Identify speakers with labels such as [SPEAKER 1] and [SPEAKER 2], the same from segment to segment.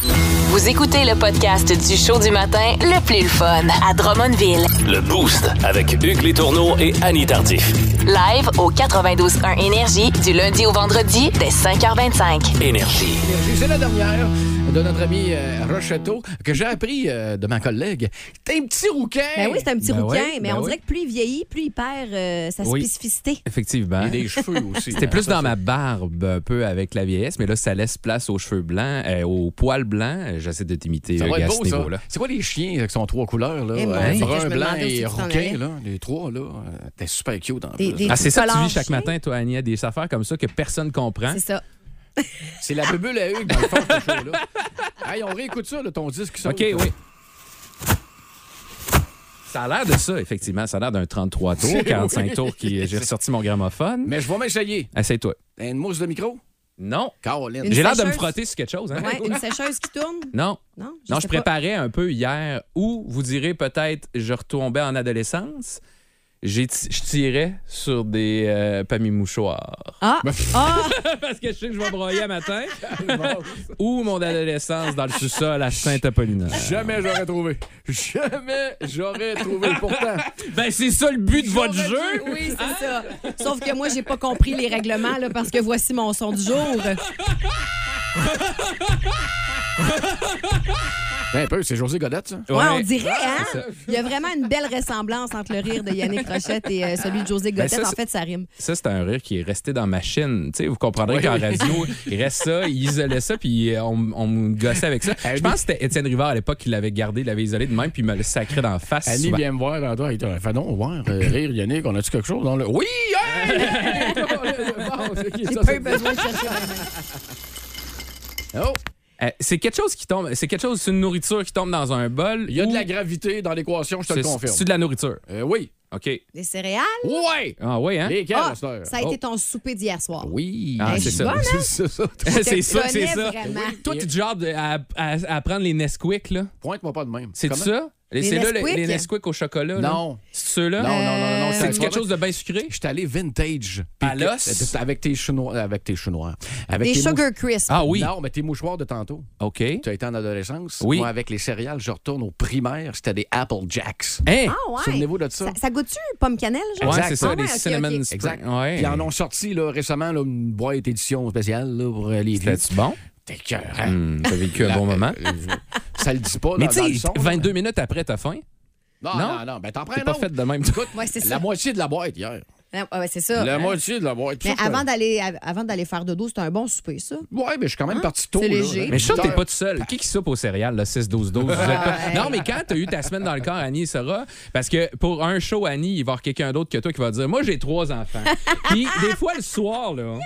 [SPEAKER 1] Vous écoutez le podcast du show du matin le plus fun à Drummondville.
[SPEAKER 2] Le Boost avec Hugues Létourneau et Annie Tardif.
[SPEAKER 1] Live au 92.1 Énergie du lundi au vendredi dès 5h25.
[SPEAKER 2] Énergie.
[SPEAKER 3] C'est la dernière de notre ami euh, Rochetto que j'ai appris euh, de ma collègue. T'es un petit rouquin!
[SPEAKER 4] Ben oui, c'est un petit
[SPEAKER 5] Ben
[SPEAKER 4] rouquin,
[SPEAKER 5] oui,
[SPEAKER 4] mais
[SPEAKER 5] ben
[SPEAKER 4] on
[SPEAKER 5] oui.
[SPEAKER 4] dirait que plus il vieillit, plus il perd euh, sa
[SPEAKER 5] Oui.
[SPEAKER 4] spécificité.
[SPEAKER 5] Effectivement.
[SPEAKER 3] Et des cheveux aussi.
[SPEAKER 5] C'était
[SPEAKER 3] hein,
[SPEAKER 5] plus
[SPEAKER 3] ça,
[SPEAKER 5] dans
[SPEAKER 3] c'est-
[SPEAKER 5] ma barbe un peu avec la vieillesse, mais là, ça laisse place aux cheveux blancs, euh, aux poils blancs. Euh, J'essaie de t'imiter
[SPEAKER 3] Ça
[SPEAKER 5] euh,
[SPEAKER 3] va
[SPEAKER 5] à
[SPEAKER 3] être
[SPEAKER 5] ce
[SPEAKER 3] beau, ça.
[SPEAKER 5] niveau-là.
[SPEAKER 3] C'est quoi les chiens euh, qui sont trois couleurs, là?
[SPEAKER 4] Eh, mon
[SPEAKER 3] euh,
[SPEAKER 4] Dieu, que je
[SPEAKER 3] brun,
[SPEAKER 4] me
[SPEAKER 3] blanc
[SPEAKER 4] demandais aussi
[SPEAKER 3] et
[SPEAKER 4] où tu t'en
[SPEAKER 3] rouquin,
[SPEAKER 4] allais.
[SPEAKER 3] là? Les trois, là. euh, T'es super cute, en
[SPEAKER 4] Des-
[SPEAKER 3] plus.
[SPEAKER 4] des-
[SPEAKER 3] Ah,
[SPEAKER 5] Ah, c'est ça que tu
[SPEAKER 4] Collant
[SPEAKER 5] vis chaque
[SPEAKER 4] chien.
[SPEAKER 5] matin, toi, Annie, à des affaires comme ça que personne comprend.
[SPEAKER 4] C'est ça.
[SPEAKER 3] C'est la bubule à Hugues, dans le fond, ce show-là. Hey, on réécoute ça, là, ton disque. saute.
[SPEAKER 5] OK, oui. Ça a l'air de ça, effectivement. Ça a l'air d'un 33 tours, 45 tours qui. euh, J'ai ressorti mon gramophone.
[SPEAKER 3] Mais je vais m'essayer.
[SPEAKER 5] Essaye-toi.
[SPEAKER 3] T'as une mousse de micro?
[SPEAKER 5] Non.
[SPEAKER 3] Caroline.
[SPEAKER 4] Une
[SPEAKER 5] J'ai l'air de me
[SPEAKER 4] sécheuse.
[SPEAKER 5] frotter sur quelque chose, hein?
[SPEAKER 4] Ouais, une sécheuse qui tourne.
[SPEAKER 5] Non.
[SPEAKER 4] Non, je
[SPEAKER 5] Non, je
[SPEAKER 4] sais pas.
[SPEAKER 5] préparais un peu hier où, vous direz peut-être, je retombais en adolescence. J'ai ti- Je tirais sur des euh, pamis mouchoirs.
[SPEAKER 4] Ah, ah,
[SPEAKER 5] Parce que je sais que je vais broyer à matin.
[SPEAKER 3] Bon,
[SPEAKER 5] Ou mon adolescence dans le sous-sol à Saint-Apollinaire.
[SPEAKER 3] Jamais j'aurais trouvé. Jamais j'aurais trouvé. Pourtant,
[SPEAKER 5] Ben, c'est ça le but de votre
[SPEAKER 3] J'aurais
[SPEAKER 5] jeu.
[SPEAKER 4] oui, c'est ça. Sauf que moi, j'ai pas compris les règlements là, parce que voici mon son du jour.
[SPEAKER 3] Ben, un peu, c'est José Godette, ça.
[SPEAKER 4] Ouais, on dirait,
[SPEAKER 5] Ah,
[SPEAKER 4] hein? Il y a vraiment une belle ressemblance entre le rire de Yannick Rochette et euh, celui de José
[SPEAKER 5] Ben,
[SPEAKER 4] Godet.
[SPEAKER 5] ça,
[SPEAKER 4] en
[SPEAKER 5] c'est-
[SPEAKER 4] fait, ça rime.
[SPEAKER 5] Ça, c'est un rire qui est resté dans ma chaîne. Tu sais, vous comprendrez
[SPEAKER 3] Oui.
[SPEAKER 5] qu'en radio, il reste ça, il isolait ça, puis euh, on, on me gossait avec ça. Je pense que c'était Étienne Rivard à l'époque qui l'avait gardé, il l'avait isolé de même, puis il me le sacrait dans la face.
[SPEAKER 3] Annie
[SPEAKER 5] souvent.
[SPEAKER 3] vient me voir, en disant, Hey, fais donc voir, euh, rire Yannick, on a-tu quelque chose dans le... Oui! hey! Bon, c'est qui,
[SPEAKER 4] J'ai
[SPEAKER 3] ça,
[SPEAKER 4] pas
[SPEAKER 3] c'est-
[SPEAKER 4] eu besoin de chercher. la main.
[SPEAKER 3] Oh,
[SPEAKER 5] Euh, c'est quelque chose qui tombe, c'est quelque chose, c'est une nourriture qui tombe dans un bol.
[SPEAKER 3] il y a de la
[SPEAKER 5] ou-
[SPEAKER 3] gravité dans l'équation, je te le
[SPEAKER 5] C'est
[SPEAKER 3] confirme.
[SPEAKER 5] c'est de la nourriture.
[SPEAKER 3] Euh, oui.
[SPEAKER 5] OK.
[SPEAKER 4] Des céréales?
[SPEAKER 3] Ouais!
[SPEAKER 5] Ah oui, hein?
[SPEAKER 3] Les
[SPEAKER 4] Ah,
[SPEAKER 3] caves,
[SPEAKER 4] ça
[SPEAKER 3] c'est
[SPEAKER 4] a été ton souper d'hier soir.
[SPEAKER 3] Oui.
[SPEAKER 5] Ah,
[SPEAKER 4] Ben,
[SPEAKER 5] c'est ça.
[SPEAKER 4] je suis bonne, hein?
[SPEAKER 3] C'est ça.
[SPEAKER 5] c'est
[SPEAKER 4] Je
[SPEAKER 5] ça, c'est
[SPEAKER 4] connais
[SPEAKER 5] ça.
[SPEAKER 4] vraiment.
[SPEAKER 5] Toi, tu genre de- à, à- à prendre les Nesquik, là.
[SPEAKER 3] Pointe-moi pas de même.
[SPEAKER 5] C'est
[SPEAKER 3] Comment?
[SPEAKER 5] ça? Les-
[SPEAKER 4] Les
[SPEAKER 5] C'est là les,
[SPEAKER 4] Nesquik?
[SPEAKER 5] les Nesquik au chocolat? là?
[SPEAKER 3] Non.
[SPEAKER 5] C'est ceux-là?
[SPEAKER 3] Non, non, non, non.
[SPEAKER 4] Euh,
[SPEAKER 3] ça,
[SPEAKER 5] C'est
[SPEAKER 3] tu
[SPEAKER 5] quelque
[SPEAKER 3] vas-
[SPEAKER 5] chose de bien sucré?
[SPEAKER 3] Je suis allé vintage. Puis
[SPEAKER 5] À l'os?
[SPEAKER 3] que- Euh, Avec tes chenois. euh, Avec tes chenois. Avec
[SPEAKER 4] Des
[SPEAKER 3] tes mouch-
[SPEAKER 4] Sugar Crisp.
[SPEAKER 5] Ah oui.
[SPEAKER 3] Non, Hein? mais tes mouchoirs de tantôt.
[SPEAKER 5] OK.
[SPEAKER 3] Tu as été en adolescence.
[SPEAKER 5] Oui.
[SPEAKER 3] Moi, avec les céréales, je retourne au primaire. C'était des Apple Jacks.
[SPEAKER 5] Hey!
[SPEAKER 4] Ah ouais.
[SPEAKER 3] Souvenez-vous de ça?
[SPEAKER 4] Ça, ça goûte-tu pomme cannelle, genre?
[SPEAKER 5] Hein? Ouais,
[SPEAKER 3] Exact.
[SPEAKER 5] c'est ça,
[SPEAKER 4] Ah
[SPEAKER 5] les
[SPEAKER 4] ouais, ok,
[SPEAKER 5] cinnamon
[SPEAKER 4] ok.
[SPEAKER 5] spring.
[SPEAKER 3] Exact.
[SPEAKER 5] Ouais.
[SPEAKER 3] Puis en ont sorti là, récemment là, une boîte édition spéciale là, pour euh, les vieux.
[SPEAKER 5] C'était-tu bon?
[SPEAKER 3] T'es cœur, hein?
[SPEAKER 5] Hmm, T'as vécu un bon moment.
[SPEAKER 3] Ça le dit pas.
[SPEAKER 5] Mais
[SPEAKER 3] dans- dans le
[SPEAKER 5] tu sais,
[SPEAKER 3] son, là.
[SPEAKER 5] 22 minutes après, t'as faim.
[SPEAKER 3] Non,
[SPEAKER 5] non.
[SPEAKER 3] non, non. Ben, t'en prends
[SPEAKER 5] T'es
[SPEAKER 3] un
[SPEAKER 5] pas
[SPEAKER 3] autre.
[SPEAKER 5] fait de même.
[SPEAKER 3] Écoute,
[SPEAKER 4] Ouais, c'est ça.
[SPEAKER 3] la moitié de la boîte hier.
[SPEAKER 4] Ah ouais, c'est ça.
[SPEAKER 3] La
[SPEAKER 4] Hein?
[SPEAKER 3] moitié de la boîte.
[SPEAKER 4] Mais
[SPEAKER 3] Ça,
[SPEAKER 4] avant
[SPEAKER 3] c'est-
[SPEAKER 4] d'aller avant d'aller faire dodo, c'est un bon souper ça.
[SPEAKER 3] Ouais, mais je suis quand même parti tôt.
[SPEAKER 4] Hein? C'est
[SPEAKER 3] là.
[SPEAKER 4] léger.
[SPEAKER 5] Mais je suis sûr que t'es
[SPEAKER 3] Heures.
[SPEAKER 5] pas tout seul. Qui qui soupe aux céréales, là, 6-12-12? Vous êtes pas- Non, mais quand t'as eu ta semaine dans le corps, Annie et Sarah, parce que pour un show, Annie, il va y avoir quelqu'un d'autre que toi qui va dire Moi, j'ai trois enfants. Puis des fois, le soir, là.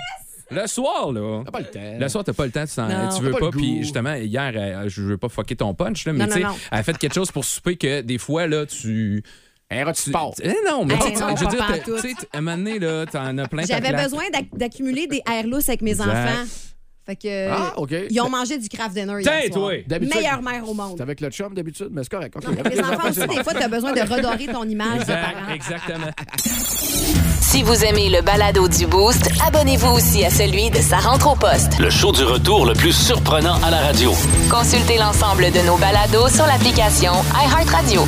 [SPEAKER 5] Le soir, là.
[SPEAKER 3] T'as pas le temps.
[SPEAKER 5] Le soir, t'as pas le temps, tu, t'en-
[SPEAKER 4] Non.
[SPEAKER 5] tu veux
[SPEAKER 3] T'as
[SPEAKER 5] pas.
[SPEAKER 3] pas le goût.
[SPEAKER 5] Puis justement, hier, euh, je veux pas fucker ton punch, là, mais
[SPEAKER 4] non,
[SPEAKER 5] tu sais,
[SPEAKER 4] non.
[SPEAKER 5] elle a fait quelque chose pour souper que des fois, là, tu.
[SPEAKER 3] Un rôti
[SPEAKER 5] tu-
[SPEAKER 3] de porc.
[SPEAKER 5] Eh non, mais
[SPEAKER 4] Eh
[SPEAKER 5] tu sais,
[SPEAKER 4] non,
[SPEAKER 5] je veux
[SPEAKER 4] pas
[SPEAKER 5] dire, t'as-
[SPEAKER 4] pantoute.
[SPEAKER 5] tu sais, à un moment donné, là, t'en as plein ta
[SPEAKER 4] J'avais
[SPEAKER 5] plaque.
[SPEAKER 4] besoin d'ac- d'accumuler des air lousses avec mes
[SPEAKER 5] Exact.
[SPEAKER 4] enfants. Fait que
[SPEAKER 3] Ah, OK.
[SPEAKER 4] ils ont mangé du craft dinner
[SPEAKER 5] Tiens,
[SPEAKER 4] hier soir.
[SPEAKER 5] toi.
[SPEAKER 3] D'habitude-
[SPEAKER 4] Meilleure mère au monde.
[SPEAKER 3] C'est avec le chum d'habitude, mais c'est correct. OK.
[SPEAKER 4] Avec les enfants aussi, des fois, tu as besoin de redorer ton image de
[SPEAKER 5] Exact,
[SPEAKER 4] parent.
[SPEAKER 5] exactement.
[SPEAKER 1] Si vous aimez le balado du Boost, abonnez-vous aussi à celui de sa rentre au poste.
[SPEAKER 2] Le show du retour le plus surprenant à la radio.
[SPEAKER 1] Consultez l'ensemble de nos balados sur l'application iHeartRadio.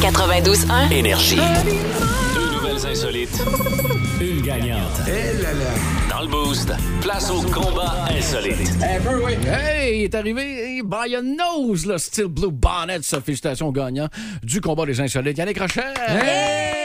[SPEAKER 1] 92.1
[SPEAKER 2] Énergie. Deux nouvelles insolites. Une gagnante. Dans le Boost, place au combat insolite.
[SPEAKER 3] Hey, il est arrivé hey, by a nose, le style Blue Bonnet. ça. Félicitations au gagnant du combat des insolites. Yannick Rochette.
[SPEAKER 5] Hey!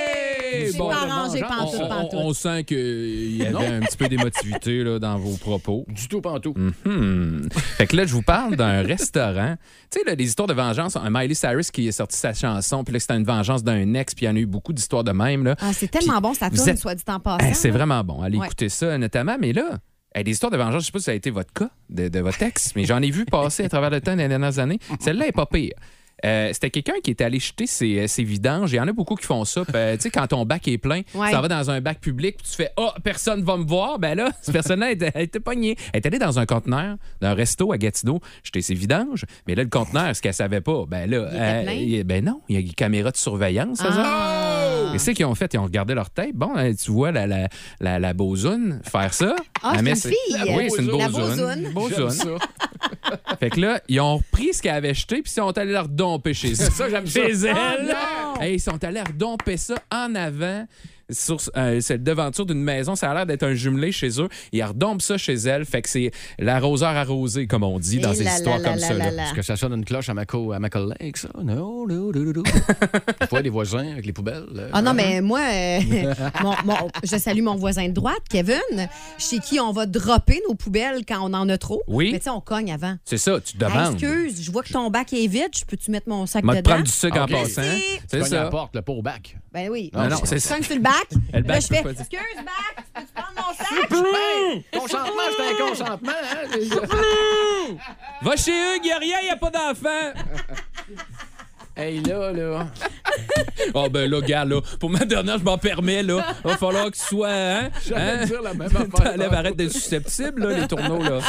[SPEAKER 4] J'ai
[SPEAKER 5] Bon,
[SPEAKER 4] pas
[SPEAKER 3] vengeance.
[SPEAKER 4] arrangé
[SPEAKER 5] on,
[SPEAKER 4] pantoute,
[SPEAKER 5] on-
[SPEAKER 4] pantoute.
[SPEAKER 5] on sent qu'il y avait un petit peu d'émotivité là, dans vos propos.
[SPEAKER 3] Du tout pantou.
[SPEAKER 5] Hmm. Fait que là, je vous parle d'un restaurant. Tu sais, là, les histoires de vengeance, un Miley Cyrus qui a sorti sa chanson, puis là, c'était une vengeance d'un ex, puis il y en a eu beaucoup d'histoires de même. Là.
[SPEAKER 4] Ah, c'est tellement
[SPEAKER 5] Puis
[SPEAKER 4] bon, ça
[SPEAKER 5] vous
[SPEAKER 4] tourne,
[SPEAKER 5] êtes-
[SPEAKER 4] soit dit en passant.
[SPEAKER 5] Eh, c'est
[SPEAKER 4] là.
[SPEAKER 5] vraiment bon. Allez
[SPEAKER 4] Ouais.
[SPEAKER 5] écouter ça, notamment. Mais là, eh, des histoires de vengeance, je sais pas si ça a été votre cas, de, de votre ex, mais j'en ai vu passer à travers le temps dans les dernières années. Celle-là est pas pire. Euh, c'était quelqu'un qui était allé jeter ses, euh, ses vidanges. Il y en a beaucoup qui font ça. Puis, euh, tu sais, quand ton bac est plein,
[SPEAKER 4] Ouais.
[SPEAKER 5] ça va dans un bac public, puis tu fais Ah, personne va me voir. Ben là, cette personne-là elle était- elle était pognée. Elle est allée dans un conteneur d'un resto à Gatineau jeter ses vidanges. Mais là, le conteneur, ce qu'elle savait pas, ben là,
[SPEAKER 4] était plein.
[SPEAKER 5] il- ben non, il y a des caméras de surveillance. eux
[SPEAKER 4] Ah.
[SPEAKER 5] et c'est qu'ils ont fait, ils ont regardé leur tête. Bon, hein, tu vois la, la, la, la bozoune faire ça.
[SPEAKER 4] Ah,
[SPEAKER 5] Elle
[SPEAKER 4] c'est
[SPEAKER 5] met
[SPEAKER 4] une
[SPEAKER 5] ses-
[SPEAKER 4] fille.
[SPEAKER 5] Oui, c'est une
[SPEAKER 4] La
[SPEAKER 5] bozoune.
[SPEAKER 4] bozoune.
[SPEAKER 5] Bozoune.
[SPEAKER 3] J'aime ça.
[SPEAKER 5] Fait que là, ils ont repris ce qu'elle avait jeté, puis ils sont allés la redomper chez eux.
[SPEAKER 3] Ça, j'aime ça.
[SPEAKER 5] chez elle.
[SPEAKER 4] Oh non!
[SPEAKER 5] Et ils sont allés redomper ça en avant sur euh, cette devanture d'une maison. Ça a l'air d'être un jumelé chez eux. Ils redompent ça chez elle. Fait que c'est l'arroseur arrosé, comme on dit dans
[SPEAKER 4] Et
[SPEAKER 5] ces
[SPEAKER 4] là,
[SPEAKER 5] histoires
[SPEAKER 4] là,
[SPEAKER 5] comme
[SPEAKER 4] là,
[SPEAKER 5] ça.
[SPEAKER 4] là,
[SPEAKER 5] là.
[SPEAKER 4] là.
[SPEAKER 3] Est-ce que ça sonne une cloche à ma, co- à ma collègue, ça? Non, non, non, non, non. Des fois, les voisins avec les poubelles. euh,
[SPEAKER 4] Ah non,
[SPEAKER 5] hein?
[SPEAKER 4] mais moi, euh, mon- mon- je salue mon voisin de droite, Kevin, chez qui on va dropper nos poubelles quand on en a trop.
[SPEAKER 5] Oui.
[SPEAKER 4] Mais tu sais, on cogne avant.
[SPEAKER 5] C'est ça, tu
[SPEAKER 4] Hey,
[SPEAKER 5] demandes.
[SPEAKER 4] excuse, je vois que ton bac est vide, je peux-tu mettre mon sac
[SPEAKER 5] M'a te
[SPEAKER 4] dedans?
[SPEAKER 5] prendre du sucre
[SPEAKER 3] Ah,
[SPEAKER 5] en
[SPEAKER 3] ok.
[SPEAKER 5] passant.
[SPEAKER 4] Merci.
[SPEAKER 5] C'est
[SPEAKER 3] cogne à la
[SPEAKER 5] ça.
[SPEAKER 3] porte, le pot au bac.
[SPEAKER 4] Ben oui.
[SPEAKER 5] Non, non, c'est
[SPEAKER 4] Je
[SPEAKER 5] ça.
[SPEAKER 4] cogne sur le bac.
[SPEAKER 5] Ah. Le
[SPEAKER 4] là,
[SPEAKER 5] bac,
[SPEAKER 4] je
[SPEAKER 5] je
[SPEAKER 4] fais
[SPEAKER 5] peux pas dire.
[SPEAKER 4] Excuse, bac, peux-tu prendre mon sac?
[SPEAKER 3] Hey, consentement, c'est un consentement. Hein?
[SPEAKER 5] Va chez eux, il n'y a rien, il n'y a pas d'enfant.
[SPEAKER 3] hey, là, là.
[SPEAKER 5] Ah ben là, gars, là, pour ma dernière, je m'en permets, là. Va falloir que tu sois, hein?
[SPEAKER 3] J'allais
[SPEAKER 5] hein?
[SPEAKER 3] dire la même affaire.
[SPEAKER 5] T'enlèves, arrête d'être susceptible, là, les tourneaux, là.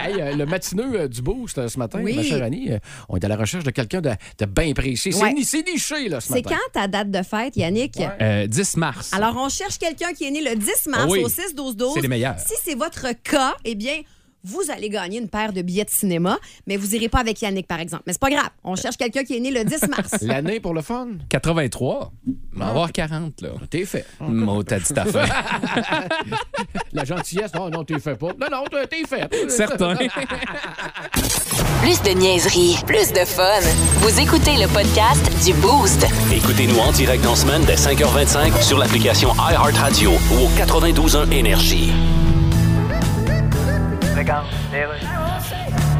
[SPEAKER 3] Hey, euh, le matineux euh, du Boost euh, ce matin,
[SPEAKER 4] Oui.
[SPEAKER 3] ma chère Annie, euh, on est à la recherche de quelqu'un de, de bien précis. C'est
[SPEAKER 4] Ouais.
[SPEAKER 3] ni- C'est niché, là, ce
[SPEAKER 4] C'est
[SPEAKER 3] matin.
[SPEAKER 4] quand ta date de fête, Yannick?
[SPEAKER 5] Euh, 10 mars.
[SPEAKER 4] Alors, on cherche quelqu'un qui est né le 10 mars
[SPEAKER 5] Oui.
[SPEAKER 4] au 6-12-12.
[SPEAKER 5] C'est les meilleurs.
[SPEAKER 4] Si c'est votre cas, eh bien, vous allez gagner une paire de billets de cinéma, mais vous irez pas avec Yannick, par exemple. Mais c'est pas grave. On cherche quelqu'un qui est né le 10 mars.
[SPEAKER 3] L'année pour le fun,
[SPEAKER 5] 83. On va avoir 40, là.
[SPEAKER 3] t'es fait.
[SPEAKER 5] Mon t'as dit ta fin.
[SPEAKER 3] La gentillesse, non, non, t'es fait pas. Non, non, t'es- t'es fait.
[SPEAKER 5] Certain.
[SPEAKER 1] Plus de niaiserie, plus de fun. Vous écoutez le podcast du Boost.
[SPEAKER 2] Écoutez-nous en direct dans la semaine dès 5h25 sur l'application iHeartRadio ou au 92.1 Énergie.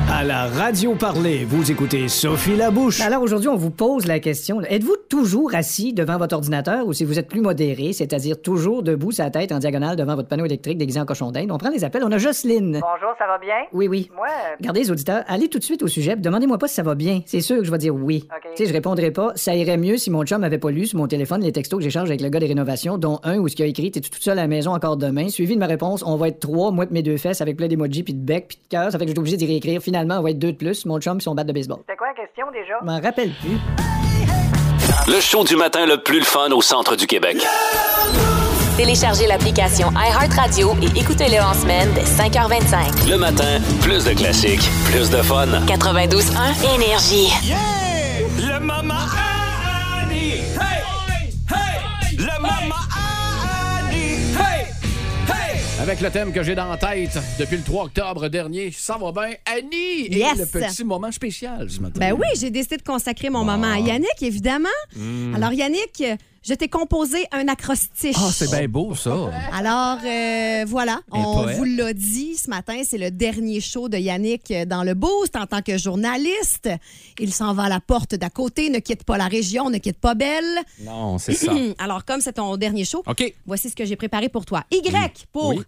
[SPEAKER 6] À la radio parler, vous écoutez Sophie Labouche.
[SPEAKER 7] Alors aujourd'hui, on vous pose la question. là. Êtes-vous toujours assis devant votre ordinateur ou si vous êtes plus modéré, c'est-à-dire toujours debout, sa tête en diagonale devant votre panneau électrique déguisé en cochon d'Inde? On prend les appels. On a Jocelyne.
[SPEAKER 8] Bonjour, ça va bien?
[SPEAKER 7] Oui, oui.
[SPEAKER 8] Moi, euh,
[SPEAKER 7] Regardez les auditeurs, allez tout de suite au sujet, puis demandez-moi pas si ça va bien. C'est sûr que je vais dire oui.
[SPEAKER 8] OK.
[SPEAKER 7] Tu sais, je répondrai pas. Ça irait mieux si mon chum avait pas lu sur mon téléphone les textos que j'échange avec le gars des rénovations, dont un où ce qu'il a écrit T'es toute seule à la maison encore demain. Suivi de ma réponse, on va être trois, moi et mes deux fesses avec plein d'emojis, puis de bec, puis de cœur. Ça fait que je suis obligé d'y réécrire. Finalement, on va être deux de plus, mon chum, puis son bat de baseball.
[SPEAKER 8] c'était quoi la question déjà?
[SPEAKER 7] Je m'en rappelle plus.
[SPEAKER 2] Le show du matin le plus le fun au centre du Québec.
[SPEAKER 1] Téléchargez l'application iHeartRadio et écoutez-le en semaine dès 5h25.
[SPEAKER 2] Le matin, plus de classiques, plus de fun.
[SPEAKER 1] 92.1 Énergie.
[SPEAKER 2] Le Mama Annie. Hey, hey, le Mama Annie. Hey, hey.
[SPEAKER 3] Avec le thème que j'ai dans la tête depuis le 3 octobre dernier, ça va bien, Annie!
[SPEAKER 4] Yes.
[SPEAKER 3] Et le petit moment spécial ce matin.
[SPEAKER 4] Ben oui, j'ai décidé de consacrer mon moment à Yannick, évidemment. Alors, Yannick, euh, je t'ai composé un acrostiche.
[SPEAKER 5] Hmm. Ah, c'est bien beau, ça.
[SPEAKER 4] Alors, euh, voilà,
[SPEAKER 5] Un
[SPEAKER 4] on
[SPEAKER 5] poète.
[SPEAKER 4] vous l'a dit ce matin, c'est le dernier show de Yannick euh, dans le Boost en tant que journaliste. Il s'en va à la porte d'à côté, ne quitte pas la région, ne quitte pas Belle.
[SPEAKER 5] Non, c'est ça.
[SPEAKER 4] Hmm, Alors, comme c'est ton dernier show,
[SPEAKER 5] OK.
[SPEAKER 4] voici ce que j'ai préparé pour toi. Y pour
[SPEAKER 5] Oui.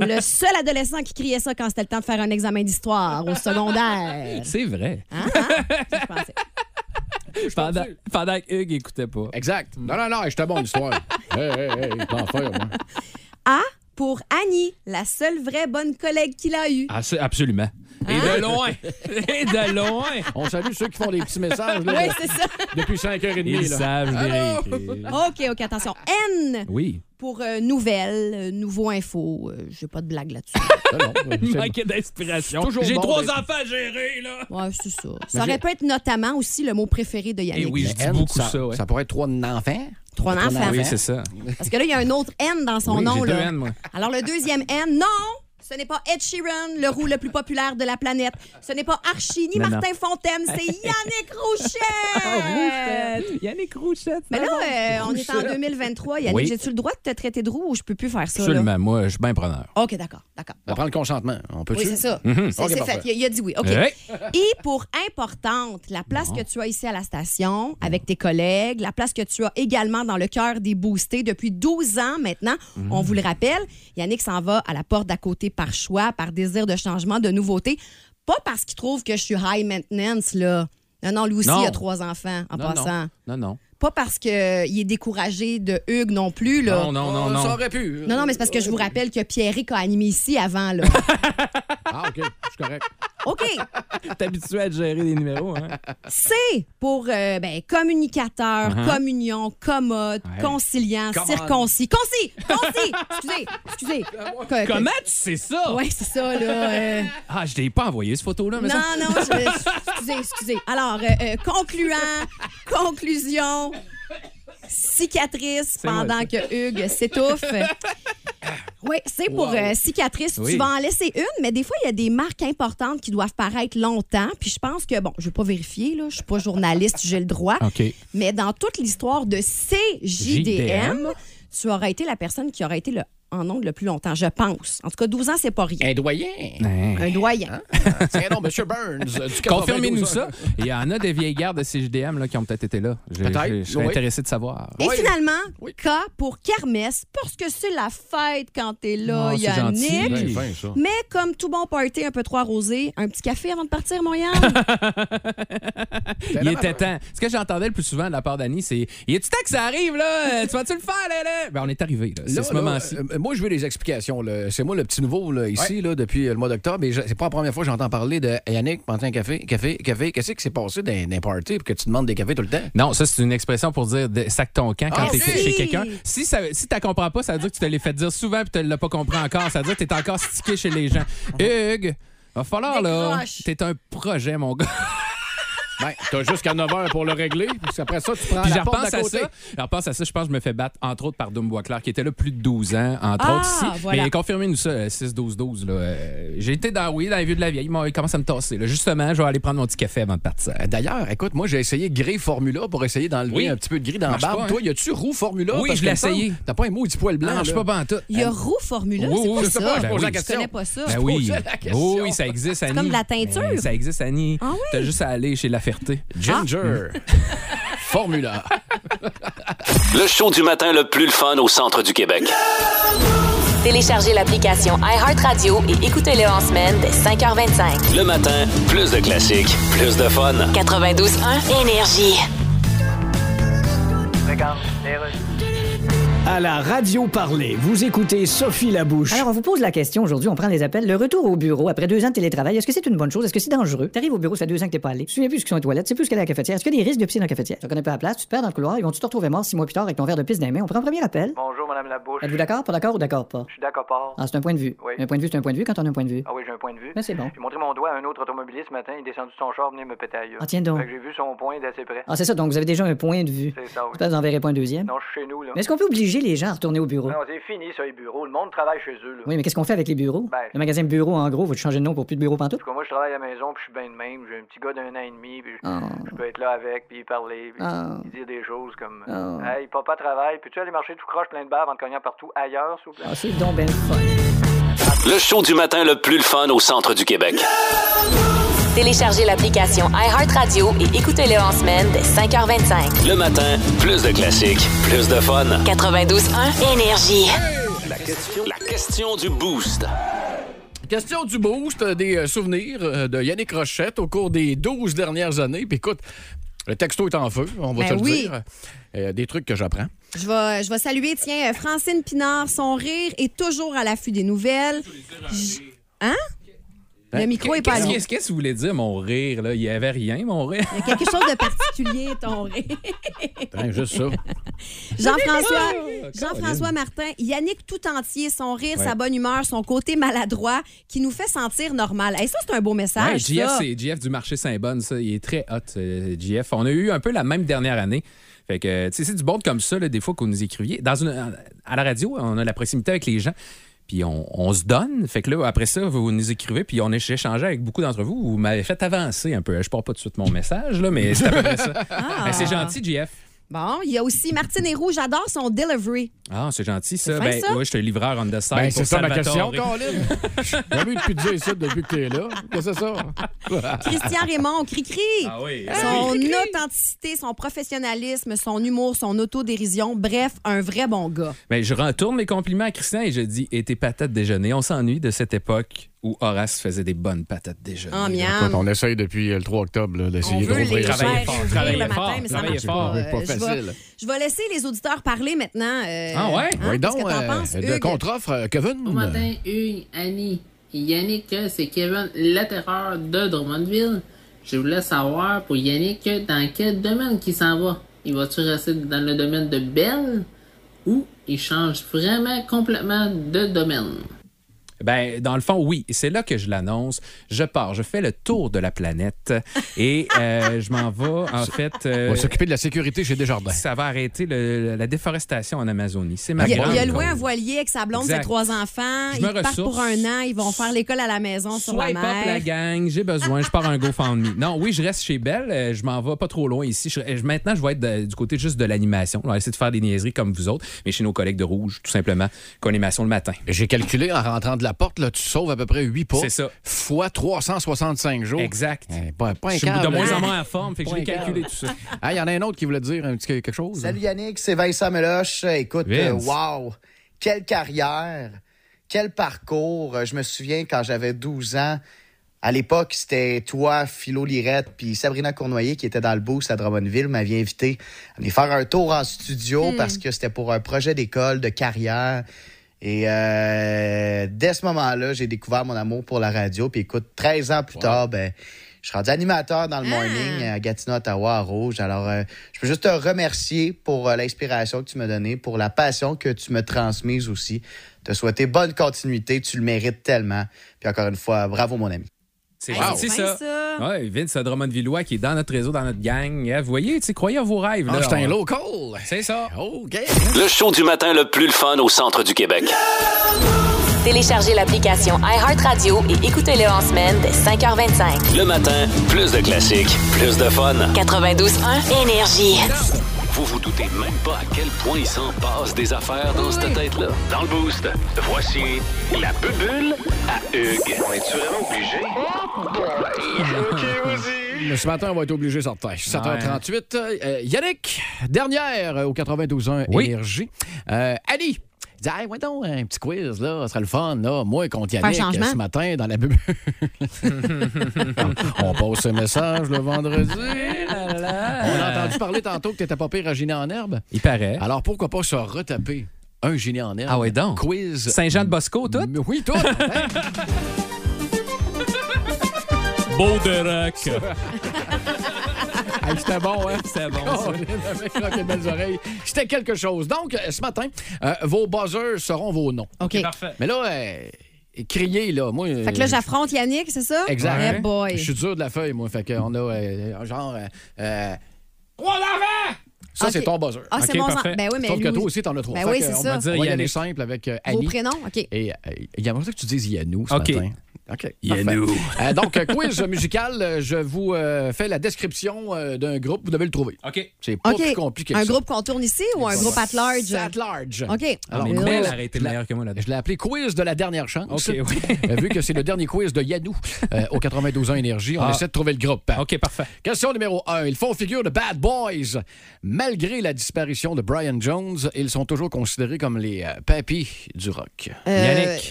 [SPEAKER 4] le seul adolescent qui criait ça quand c'était le temps de faire un examen d'histoire au secondaire.
[SPEAKER 5] C'est vrai.
[SPEAKER 4] Hein, hein? C'est ce que je pensais.
[SPEAKER 5] Pendant, pendant que Hugues écoutait pas.
[SPEAKER 3] Exact. Non, non, non, j'étais bon, l'histoire. hey, hey, hey, je peux en hein. faire, moi.
[SPEAKER 4] A pour Annie, la seule vraie bonne collègue qu'il a eue.
[SPEAKER 5] Ah, c'est- absolument. Et
[SPEAKER 4] Hein?
[SPEAKER 5] de loin. Et de loin.
[SPEAKER 3] On salue ceux qui font des petits messages
[SPEAKER 5] Ah.
[SPEAKER 3] là,
[SPEAKER 4] Oui, c'est ça.
[SPEAKER 3] depuis 5h30.
[SPEAKER 5] Ils
[SPEAKER 3] là.
[SPEAKER 5] savent vérifier.
[SPEAKER 4] OK, OK, attention. N
[SPEAKER 5] Oui.
[SPEAKER 4] pour euh, nouvelle, euh, nouveau info. Euh, J'ai pas de blague là-dessus.
[SPEAKER 3] C'est bon, c'est-
[SPEAKER 5] Manquait d'inspiration.
[SPEAKER 3] Toujours
[SPEAKER 5] J'ai
[SPEAKER 3] bon,
[SPEAKER 5] trois
[SPEAKER 3] mais-
[SPEAKER 5] enfants à gérer, là.
[SPEAKER 4] Ouais, c'est ça. Ça aurait pu être notamment aussi le mot préféré de Yannick.
[SPEAKER 5] Eh oui, je dis
[SPEAKER 3] N,
[SPEAKER 5] beaucoup
[SPEAKER 3] ça,
[SPEAKER 5] ça, ouais.
[SPEAKER 3] ça pourrait être trois enfants.
[SPEAKER 4] Trois
[SPEAKER 3] Trois
[SPEAKER 4] enfants.
[SPEAKER 3] enfants.
[SPEAKER 5] Oui, c'est ça.
[SPEAKER 4] Parce que là, il y a un autre N dans son
[SPEAKER 5] Oui,
[SPEAKER 4] nom.
[SPEAKER 5] j'ai deux
[SPEAKER 4] là.
[SPEAKER 5] N, moi.
[SPEAKER 4] Alors, le deuxième N, non! Ce n'est pas Ed Sheeran, le roux le plus populaire de la planète. Ce n'est pas Archie ni
[SPEAKER 5] Non,
[SPEAKER 4] Martin Fontaine, c'est Yannick Rouchette!
[SPEAKER 5] Ah, Yannick Roussette.
[SPEAKER 4] Mais là, euh, on est en 2023. Yannick,
[SPEAKER 5] Oui.
[SPEAKER 4] j'ai-tu le droit de te traiter de roux ou je peux plus faire ça? là?
[SPEAKER 5] Absolument, moi, je suis bien preneur.
[SPEAKER 4] OK, d'accord, d'accord.
[SPEAKER 3] Ça prend le consentement. On peut
[SPEAKER 4] Oui, c'est ça. C'est
[SPEAKER 3] Ok,
[SPEAKER 4] c'est
[SPEAKER 3] parfait.
[SPEAKER 4] fait. Il, a- il a dit oui. OK.
[SPEAKER 5] Mhm. Ouais.
[SPEAKER 4] Et pour importante, la place que tu as ici à la station avec tes collègues, la place que tu as également dans le cœur des boostés depuis 12 ans maintenant, on
[SPEAKER 5] Mhm.
[SPEAKER 4] vous le rappelle, Yannick s'en va à la porte d'à côté par choix, par désir de changement, de nouveauté. Pas parce qu'il trouve que je suis high maintenance, là. Non, non, lui aussi,
[SPEAKER 5] Non.
[SPEAKER 4] il a trois enfants en
[SPEAKER 5] Non,
[SPEAKER 4] passant.
[SPEAKER 5] Non, non. non.
[SPEAKER 4] Pas parce qu'il est découragé de Hugues non plus, là.
[SPEAKER 5] Non, non, non,
[SPEAKER 3] Ça
[SPEAKER 5] non.
[SPEAKER 3] aurait pu.
[SPEAKER 4] Non, non, mais c'est parce que je vous rappelle que Pierrick a animé ici avant, là.
[SPEAKER 3] Ah, OK, je suis correct.
[SPEAKER 4] OK.
[SPEAKER 5] T'es habitué à gérer des numéros, hein?
[SPEAKER 4] C'est pour euh, ben, communicateur,
[SPEAKER 3] Uh-huh.
[SPEAKER 4] communion, commode, conciliant,
[SPEAKER 3] Come on.
[SPEAKER 4] circoncis. Concis! Concis! excusez, excusez. Co-
[SPEAKER 5] Comment tu sais ça?
[SPEAKER 4] Ouais, c'est ça, là. euh,
[SPEAKER 5] Ah, je t'ai pas envoyé cette photo-là, mais
[SPEAKER 4] Non,
[SPEAKER 5] ça.
[SPEAKER 4] non, je- excusez, excusez. Alors, euh, euh, concluant, conclusion, cicatrice
[SPEAKER 5] C'est moi,
[SPEAKER 4] pendant
[SPEAKER 5] ça.
[SPEAKER 4] que Hugues s'étouffe. Oui, c'est pour
[SPEAKER 5] Wow.
[SPEAKER 4] euh, cicatrice.
[SPEAKER 5] Oui.
[SPEAKER 4] Tu vas en laisser une, mais des fois, il y a des marques importantes qui doivent paraître longtemps. Puis je pense que, bon, je ne vais pas vérifier, là, je ne suis pas journaliste, j'ai le droit.
[SPEAKER 5] OK.
[SPEAKER 4] Mais dans toute l'histoire de CJDM, tu aurais été la personne qui aurait été le, en ongle le plus longtemps, je pense. En tout cas, 12 ans, c'est pas rien.
[SPEAKER 3] Un doyen.
[SPEAKER 4] Un
[SPEAKER 5] Hein?
[SPEAKER 4] doyen.
[SPEAKER 3] Tiens non, M. Burns. euh, du 92.
[SPEAKER 5] Confirmez-nous ça. Il y en a des vieilles gardes de CGDM là, qui ont peut-être été là. Je-
[SPEAKER 3] Peut-être,
[SPEAKER 5] Je je serais
[SPEAKER 3] oui.
[SPEAKER 5] intéressé de savoir.
[SPEAKER 4] Et
[SPEAKER 3] Oui.
[SPEAKER 4] finalement,
[SPEAKER 3] Oui.
[SPEAKER 4] K pour kermesse, parce que c'est la fête quand t'es là,
[SPEAKER 5] Ah, c'est gentil.
[SPEAKER 3] Ben,
[SPEAKER 4] Yannick.
[SPEAKER 3] fin, ça.
[SPEAKER 4] Mais comme tout bon party, un peu trop arrosé, un petit café avant de partir, Montréal.
[SPEAKER 5] Il était temps. Ce que j'entendais le plus souvent de la part d'Annie, c'est Il est-tu temps que ça arrive, là Tu vas-tu le faire, là, là? Ben, on est arrivé, là. C'est
[SPEAKER 3] Là,
[SPEAKER 5] ce
[SPEAKER 3] là,
[SPEAKER 5] moment-ci.
[SPEAKER 3] euh, moi, je veux des explications. là. C'est moi le petit nouveau là, ici là, depuis euh, le mois d'octobre. Et je- c'est pas la première fois que j'entends parler de Yannick, un café, café, café. Qu'est-ce qui s'est passé dans les parties pour que tu demandes des cafés tout le temps?
[SPEAKER 5] Non, ça, c'est une expression pour dire de- sac ton camp quand
[SPEAKER 3] Ah,
[SPEAKER 5] t'es
[SPEAKER 4] si!
[SPEAKER 5] chez quelqu'un. Si, ça- si tu comprends pas, ça veut dire que tu te l'es fait dire souvent et tu l'as pas compris encore. Ça veut dire que tu es encore stické chez les gens.
[SPEAKER 3] Uh-huh.
[SPEAKER 5] Hugues, va falloir, là.
[SPEAKER 4] Décroche.
[SPEAKER 5] T'es un projet, mon gars.
[SPEAKER 3] Ben, t'as jusqu'à 9 h pour le régler. Puis après ça, tu prends
[SPEAKER 5] Puis
[SPEAKER 3] la
[SPEAKER 5] je
[SPEAKER 3] porte
[SPEAKER 5] repense
[SPEAKER 3] d'à
[SPEAKER 5] à
[SPEAKER 3] côté.
[SPEAKER 5] ça. Je repense à ça. Je pense que je me fais battre, entre autres, par Dumbois Clark, qui était là plus de 12 ans, entre
[SPEAKER 4] Ah,
[SPEAKER 5] autres. Si-
[SPEAKER 4] voilà.
[SPEAKER 5] Mais confirmez-nous ça, euh, 6-12-12. là. Euh, J'ai été dans, oui, dans les vieux de la vieille. Moi, il commence à me tasser. là. Justement, je vais aller prendre mon petit café avant de partir.
[SPEAKER 3] Euh, D'ailleurs, écoute, moi, j'ai essayé gris Formula pour essayer d'enlever
[SPEAKER 5] Oui.
[SPEAKER 3] un petit peu de gris dans la
[SPEAKER 5] Marche
[SPEAKER 3] barbe.
[SPEAKER 5] pas, hein.
[SPEAKER 3] Toi, y a-tu roux Formula?
[SPEAKER 5] Oui, je
[SPEAKER 3] Parce que
[SPEAKER 5] l'ai
[SPEAKER 3] il me semble,
[SPEAKER 5] essayé.
[SPEAKER 3] T'as pas un mot du poil blanc.
[SPEAKER 5] Non, je suis
[SPEAKER 3] là.
[SPEAKER 5] pas en tout.
[SPEAKER 4] Il y a roux formula,
[SPEAKER 5] Oui,
[SPEAKER 4] c'est
[SPEAKER 5] oui,
[SPEAKER 4] pas
[SPEAKER 5] je sais pas,
[SPEAKER 4] ça.
[SPEAKER 5] je pose la
[SPEAKER 4] Je
[SPEAKER 3] question.
[SPEAKER 4] connais pas ça.
[SPEAKER 5] Ben oui.
[SPEAKER 3] posais la question.
[SPEAKER 5] Oh oui, ça existe, Annie.
[SPEAKER 4] comme de la teinture.
[SPEAKER 5] Ben, ça existe, Annie.
[SPEAKER 4] Ah oui?
[SPEAKER 5] T'as juste à aller chez La Ferté.
[SPEAKER 3] Ginger.
[SPEAKER 5] Ah!
[SPEAKER 3] Formula.
[SPEAKER 2] Le show du matin le plus le fun au centre du Québec.
[SPEAKER 1] Téléchargez l'application iHeartRadio et écoutez-le en semaine dès 5h25.
[SPEAKER 2] Le matin, plus de classiques, plus de fun.
[SPEAKER 1] 92.1 Énergie.
[SPEAKER 6] À la radio parler, vous écoutez Sophie Labouche.
[SPEAKER 7] Alors, on vous pose la question aujourd'hui, on prend les appels. Le retour au bureau après deux ans de télétravail, est-ce que c'est une bonne chose? Est-ce que c'est dangereux? T'arrives au bureau, ça fait deux ans que t'es pas allé. Tu te souviens plus ce qu'ils sont aux toilettes, tu sais plus ce qu'elle est à la cafetière. Est-ce qu'il y a des risques de pisser dans la cafetière? Tu connais pas la place, tu te perds dans le couloir, ils vont te retrouver mort six mois plus tard avec ton verre de pisse dans les mains. On prend un premier appel.
[SPEAKER 8] Bonjour, Madame Labouche.
[SPEAKER 7] Êtes-vous d'accord, pas d'accord ou d'accord pas?
[SPEAKER 8] Je suis d'accord. pas.
[SPEAKER 7] Ah, c'est un point de vue.
[SPEAKER 8] Oui.
[SPEAKER 7] Un point de vue, c'est un point de vue quand on a un point de vue.
[SPEAKER 8] Ah oui, j'ai un point de vue.
[SPEAKER 7] Mais c'est bon.
[SPEAKER 8] J'ai montré mon doigt à un autre automobiliste ce matin. Il est descendu de son char, venir me péter ailleurs.
[SPEAKER 7] Ah, tiens donc.
[SPEAKER 8] J'ai vu son point d'assez près.
[SPEAKER 7] Ah, c'est ça, donc vous avez déjà un point de vue.
[SPEAKER 8] C'est ça, oui.
[SPEAKER 7] J'espère que vous enverrez pas un deuxième.
[SPEAKER 8] Non, je suis chez nous, là.
[SPEAKER 7] Mais est-ce qu'on peut obliger les gens à retourner au bureau?
[SPEAKER 8] Non, c'est fini, ça, les bureaux. Le monde travaille chez eux, là.
[SPEAKER 7] Oui, mais qu'est-ce qu'on fait avec les bureaux?
[SPEAKER 8] Ben-
[SPEAKER 7] Le magasin bureau, en gros, faut changer de nom pour plus de bureau pantoute?
[SPEAKER 8] En tout cas, moi, je travaille à la maison, puis je suis bien de même. J'ai un petit gars d'un an et demi, puis je,
[SPEAKER 7] Ah.
[SPEAKER 8] je peux être là avec, puis parler, puis
[SPEAKER 7] Ah.
[SPEAKER 8] dire des choses comme...
[SPEAKER 7] Ah.
[SPEAKER 8] Hey, papa travaille, puis tu aller marcher tout croche plein de barres en te cognant partout ailleurs, s'il vous plaît?
[SPEAKER 7] Ah, c'est donc ben le fun.
[SPEAKER 2] Le show du matin le plus le fun au centre du Québec.
[SPEAKER 1] Téléchargez l'application iHeartRadio et écoutez-le en semaine dès 5h25.
[SPEAKER 2] Le matin, plus de classiques, plus de fun.
[SPEAKER 1] 92.1 Énergie.
[SPEAKER 2] La question, la question du boost.
[SPEAKER 3] Question du boost, euh, des euh, souvenirs euh, de Yannick Rochette au cours des 12 dernières années. Puis écoute, le texto est en feu, on va
[SPEAKER 4] Ben
[SPEAKER 3] te le
[SPEAKER 4] oui.
[SPEAKER 3] dire. Euh, des trucs que j'apprends.
[SPEAKER 4] Je vais, je vais saluer, tiens, euh, Francine Pinard. Son rire est toujours à l'affût des nouvelles. J- Hein? Le micro est pas
[SPEAKER 5] Ben, Qu'est-ce
[SPEAKER 4] allumé.
[SPEAKER 5] qu'est-ce que vous voulez dire, mon rire? Là? Il y avait rien, mon rire.
[SPEAKER 4] Il y a quelque chose de particulier, ton rire.
[SPEAKER 3] Hein, juste ça.
[SPEAKER 4] Jean-François Jean-François Martin, Yannick tout entier, son rire, sa bonne humeur, son côté maladroit qui nous fait sentir normal. Et ça, c'est un beau
[SPEAKER 5] Ouais,
[SPEAKER 4] message.
[SPEAKER 5] JF,
[SPEAKER 4] ça.
[SPEAKER 5] c'est JF du marché Saint-Bonne, ça. Il est très hot, euh, JF. On a eu un peu la même dernière année. Fait que, tu sais, c'est du monde comme ça, là, des fois, qu'on nous écriviez. Dans une, à la radio, on a la proximité avec les gens. Puis on, on se donne. Fait que là, après ça, vous nous écrivez. Puis on a échangé avec beaucoup d'entre vous. Vous m'avez fait avancer un peu. Je porte pas tout de suite mon message, là, mais c'est à peu près ça.
[SPEAKER 4] Ah.
[SPEAKER 5] Ben, c'est gentil, JF.
[SPEAKER 4] Bon, il y a aussi Martine Héroux, j'adore son delivery.
[SPEAKER 5] Ah, c'est gentil, ça.
[SPEAKER 4] C'est fin,
[SPEAKER 5] Ben,
[SPEAKER 4] ça?
[SPEAKER 5] ouais, je suis un livreur on the side.
[SPEAKER 3] Ben,
[SPEAKER 5] pour
[SPEAKER 3] c'est ça ma question,
[SPEAKER 5] Salvatore.
[SPEAKER 3] Colin. J'ai vu depuis dire ça depuis que t'es là. Qu'est-ce que c'est ça?
[SPEAKER 4] Christian Raymond, Cricri.
[SPEAKER 5] Ah oui.
[SPEAKER 4] Son authenticité, son professionnalisme, son humour, son autodérision, bref, un vrai bon gars.
[SPEAKER 5] Ben, je retourne mes compliments à Christian et je dis Et tes patates déjeuner. On s'ennuie de cette époque où Horace faisait des bonnes patates déjeuner.
[SPEAKER 4] En
[SPEAKER 3] Écoute,
[SPEAKER 4] miam.
[SPEAKER 3] on essaye depuis euh, le 3 octobre là,
[SPEAKER 4] On
[SPEAKER 3] d'essayer de
[SPEAKER 4] veut les
[SPEAKER 3] rouvrir
[SPEAKER 4] faire
[SPEAKER 3] ça.
[SPEAKER 5] Travailler fort,
[SPEAKER 4] ouvrir
[SPEAKER 5] travailler
[SPEAKER 4] le matin,
[SPEAKER 5] fort,
[SPEAKER 4] mais ça
[SPEAKER 5] travailler
[SPEAKER 4] marche
[SPEAKER 5] fort.
[SPEAKER 4] pas. Euh,
[SPEAKER 3] Pas
[SPEAKER 4] je vais-
[SPEAKER 3] facile.
[SPEAKER 4] Je vais laisser les auditeurs parler maintenant. euh,
[SPEAKER 5] Ah ouais?
[SPEAKER 4] hein,
[SPEAKER 3] Oui, donc,
[SPEAKER 4] qu'est-ce que t'en
[SPEAKER 3] euh,
[SPEAKER 4] penses,
[SPEAKER 3] de
[SPEAKER 4] Hugues?
[SPEAKER 3] contre-offre, euh, Kevin.
[SPEAKER 9] Bon matin, Hugues, Annie, Yannick, c'est Kevin, la terreur de Drummondville. Je voulais savoir pour Yannick dans quel domaine qu'il s'en va. Il va-tu rester dans le domaine de Belle ou il change vraiment complètement de domaine?
[SPEAKER 5] Ben, dans le fond, oui. C'est là que je l'annonce. Je pars, je fais le tour de la planète et euh, je m'en vais, en fait. euh,
[SPEAKER 3] On va s'occuper de la sécurité chez Desjardins.
[SPEAKER 5] ça va arrêter le- la déforestation en Amazonie. C'est ma
[SPEAKER 4] Il, a-
[SPEAKER 5] grande
[SPEAKER 4] il a loué
[SPEAKER 5] cause.
[SPEAKER 4] un voilier avec sa blonde,
[SPEAKER 5] Exact.
[SPEAKER 4] ses trois enfants.
[SPEAKER 5] Je
[SPEAKER 4] ils
[SPEAKER 5] me
[SPEAKER 4] partent
[SPEAKER 5] ressource.
[SPEAKER 4] pour un an. Ils vont faire l'école à la maison sur la
[SPEAKER 5] Swipe up la
[SPEAKER 4] mer.
[SPEAKER 5] gang, j'ai besoin, je pars un GoFundMe. Non, oui, je reste chez Belle, euh, je m'en vais pas trop loin ici. Je- je- maintenant, je vais être de- du côté juste de l'animation. On va essayer de faire des niaiseries comme vous autres, mais chez nos collègues de Rouge, tout simplement, animation le matin.
[SPEAKER 3] J'ai calculé en rentrant de la porte, là, tu sauves à peu près 8 pas.
[SPEAKER 5] C'est ça.
[SPEAKER 3] Fois 365 jours.
[SPEAKER 5] Exact.
[SPEAKER 3] Eh, pas, pas un
[SPEAKER 5] Je suis de
[SPEAKER 3] câble,
[SPEAKER 5] moins
[SPEAKER 3] hein.
[SPEAKER 5] en moins en forme, fait que
[SPEAKER 3] Pas
[SPEAKER 5] j'ai
[SPEAKER 3] un câble.
[SPEAKER 5] calculé tout ça.
[SPEAKER 3] Ah, il y en a un autre qui voulait dire un petit quelque chose.
[SPEAKER 10] Salut Yannick, c'est Vincent Meloche. Écoute, euh,
[SPEAKER 5] Vince.
[SPEAKER 10] wow, quelle carrière, quel parcours. Euh, Je me souviens quand j'avais 12 ans, à l'époque, c'était toi, Philo Lirette, puis Sabrina Cournoyer qui était dans le boost à Drummondville m'avait invité à venir faire un tour en studio parce que c'était pour un projet d'école, de carrière. Et euh, dès ce moment-là, j'ai découvert mon amour pour la radio. Puis écoute, 13 ans plus tard, ben, je suis rendu animateur dans le morning à Gatineau, Ottawa, à Rouge. Alors, euh, je peux juste te remercier pour euh, l'inspiration que tu m'as donnée, pour la passion que tu me transmises aussi. Te souhaiter bonne continuité, tu le mérites tellement. Puis encore une fois, bravo mon ami.
[SPEAKER 5] C'est
[SPEAKER 4] Hey,
[SPEAKER 5] gentil,
[SPEAKER 4] c'est fin,
[SPEAKER 5] ça.
[SPEAKER 4] ça.
[SPEAKER 5] Ouais, Vince Drummond-Villois qui est dans notre réseau, dans notre gang. Eh, Vous voyez, tu sais, croyez à vos rêves.
[SPEAKER 3] Ah,
[SPEAKER 5] là.
[SPEAKER 3] c'est un
[SPEAKER 5] On-
[SPEAKER 3] local.
[SPEAKER 5] C'est ça.
[SPEAKER 3] OK.
[SPEAKER 2] Le show du matin le plus le fun au centre du Québec.
[SPEAKER 1] Téléchargez l'application iHeartRadio et écoutez-le en semaine dès 5h25.
[SPEAKER 2] Le matin, plus de classiques, plus de fun.
[SPEAKER 1] 92.1 Énergie.
[SPEAKER 2] Vous vous doutez même pas à quel point il s'en passe des affaires dans cette tête-là. Dans le boost, voici la bubule à Hugues. On est-tu vraiment obligé?
[SPEAKER 3] Mais ce matin, on va être obligé, certain. 7h38. Euh, Yannick, dernière euh, au 92.1
[SPEAKER 5] Oui.
[SPEAKER 3] Énergie. Euh, Ali. il dit, hey, ouais, donc, un petit quiz, là, ce serait le fun, là. Moi, contre Yannick,
[SPEAKER 4] Faire un changement.
[SPEAKER 3] ce matin, dans la bubule. on passe un message le vendredi.
[SPEAKER 5] Ah,
[SPEAKER 3] On a entendu parler tantôt que t'étais pas pire à Giner en herbe.
[SPEAKER 5] Il paraît.
[SPEAKER 3] Alors, pourquoi pas se retaper un Giner en herbe?
[SPEAKER 5] Ah ouais, donc.
[SPEAKER 3] Quiz.
[SPEAKER 5] Saint-Jean-de-Bosco, tout.
[SPEAKER 3] Mais Oui, tout. Hein?
[SPEAKER 5] Beau de rock.
[SPEAKER 3] Hey, C'était bon, hein?
[SPEAKER 5] C'était bon, ça.
[SPEAKER 3] Avec là, quelles belles oreilles. C'était quelque chose. Donc, euh, ce matin, euh, vos buzzers seront vos noms.
[SPEAKER 4] OK.
[SPEAKER 3] Mais là, euh, criez, là. Moi, euh,
[SPEAKER 4] Fait que là, j'affronte Yannick, c'est ça?
[SPEAKER 3] Exact.
[SPEAKER 4] Eh boy.
[SPEAKER 3] Je suis dur de la feuille, moi. Fait qu'on a euh, genre. euh, euh, Ça,
[SPEAKER 4] OK.
[SPEAKER 3] c'est ton buzzer.
[SPEAKER 4] Ah, c'est
[SPEAKER 5] OK,
[SPEAKER 4] mon
[SPEAKER 5] parfait.
[SPEAKER 4] Ben oui, mais
[SPEAKER 3] Sauf que
[SPEAKER 4] lui-
[SPEAKER 3] toi aussi, t'en as trois.
[SPEAKER 4] Ben
[SPEAKER 3] Fait
[SPEAKER 4] oui,
[SPEAKER 3] que,
[SPEAKER 4] c'est
[SPEAKER 3] on
[SPEAKER 4] ça.
[SPEAKER 3] va dire
[SPEAKER 5] On va y
[SPEAKER 3] y aller
[SPEAKER 5] aller.
[SPEAKER 3] simple avec euh,
[SPEAKER 4] Vos
[SPEAKER 3] Ali.
[SPEAKER 4] prénoms? OK.
[SPEAKER 3] Et euh, il aimerait ça que tu dises Yannou ce
[SPEAKER 5] OK.
[SPEAKER 3] matin. OK.
[SPEAKER 2] Yannou.
[SPEAKER 3] parfait. Euh, donc, euh, quiz musical, euh, je vous euh, fais la description euh, d'un groupe. Vous devez le trouver.
[SPEAKER 5] OK.
[SPEAKER 3] C'est pas
[SPEAKER 4] OK.
[SPEAKER 3] plus compliqué que
[SPEAKER 4] Un
[SPEAKER 3] ça.
[SPEAKER 4] groupe qu'on tourne ici ou un groupe at large?
[SPEAKER 3] At large.
[SPEAKER 4] OK.
[SPEAKER 5] Alors,
[SPEAKER 3] Alors,
[SPEAKER 4] Will.
[SPEAKER 5] Ah, Mel a été meilleur que moi là-dedans.
[SPEAKER 3] Je l'ai appelé quiz de la dernière chance.
[SPEAKER 5] OK, oui.
[SPEAKER 3] Euh, Vu que c'est le dernier quiz de Yannou euh, au 92 ans Énergie, on
[SPEAKER 5] Ah.
[SPEAKER 3] essaie de trouver le groupe.
[SPEAKER 5] OK, parfait.
[SPEAKER 3] Question numéro 1. Ils font figure de bad boys. Malgré la disparition de Brian Jones, ils sont toujours considérés comme les euh, papis du rock.
[SPEAKER 4] Euh,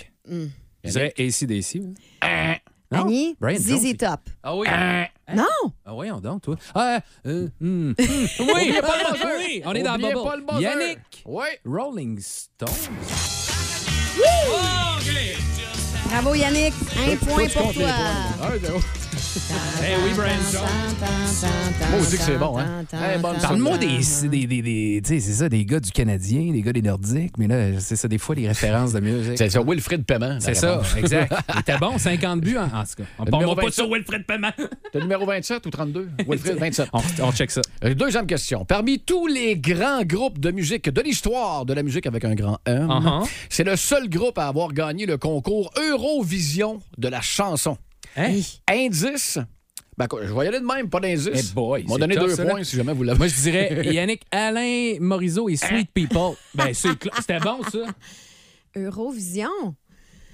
[SPEAKER 5] Yannick. Je dirais ACDC. oui. E, Non?
[SPEAKER 4] Annie?
[SPEAKER 3] ben
[SPEAKER 5] Brian Jones.
[SPEAKER 4] ZZ Top.
[SPEAKER 5] Ah oui.
[SPEAKER 4] Non!
[SPEAKER 5] Ah voyons donc, toi. Ah, euh, hmm, hmm. Oui, oui, on est dans
[SPEAKER 3] Oubliez
[SPEAKER 5] la
[SPEAKER 3] pas le
[SPEAKER 5] bubble.
[SPEAKER 3] buzzer.
[SPEAKER 5] Yannick.
[SPEAKER 3] Oui.
[SPEAKER 5] Rolling Stones.
[SPEAKER 4] Bravo, Yannick. Un point pour toi.
[SPEAKER 3] Un, deux.
[SPEAKER 5] Eh oui, Brian
[SPEAKER 3] Moi aussi que c'est bon, hein? Eh, bonne
[SPEAKER 5] Parle-moi des, des, des, des- tu sais, c'est ça, des gars du Canadien, des gars des Nordiques, mais là, c'est ça, des fois, les références de musique.
[SPEAKER 3] C'est sur Wilfred Paiement. la
[SPEAKER 5] C'est ça,
[SPEAKER 3] réponse.
[SPEAKER 5] exact. Il était bon, 50 buts en, en tout cas. On parle
[SPEAKER 3] numéro
[SPEAKER 5] pas
[SPEAKER 3] 27.
[SPEAKER 5] sur Wilfred Paiement.
[SPEAKER 3] T'as le numéro 27 ou 32? Wilfred, 27.
[SPEAKER 5] On, on check ça.
[SPEAKER 3] Euh, Deuxième question. Parmi tous les grands groupes de musique de l'histoire de la musique avec un grand M,
[SPEAKER 5] Uh-huh.
[SPEAKER 3] c'est le seul groupe à avoir gagné le concours Eurovision de la chanson.
[SPEAKER 5] Hein?
[SPEAKER 3] Indice. Ben, quoi, je vais y aller de même, pas d'indice.
[SPEAKER 5] Eh boy,
[SPEAKER 3] Ils m'ont
[SPEAKER 5] c'est
[SPEAKER 3] donné
[SPEAKER 5] tough,
[SPEAKER 3] deux
[SPEAKER 5] ça,
[SPEAKER 3] points
[SPEAKER 5] là.
[SPEAKER 3] si jamais vous l'avez.
[SPEAKER 5] Moi, je dirais Yannick Alain Morisot et Sweet People. Ben, c'est cla- c'était bon, ça.
[SPEAKER 4] Eurovision.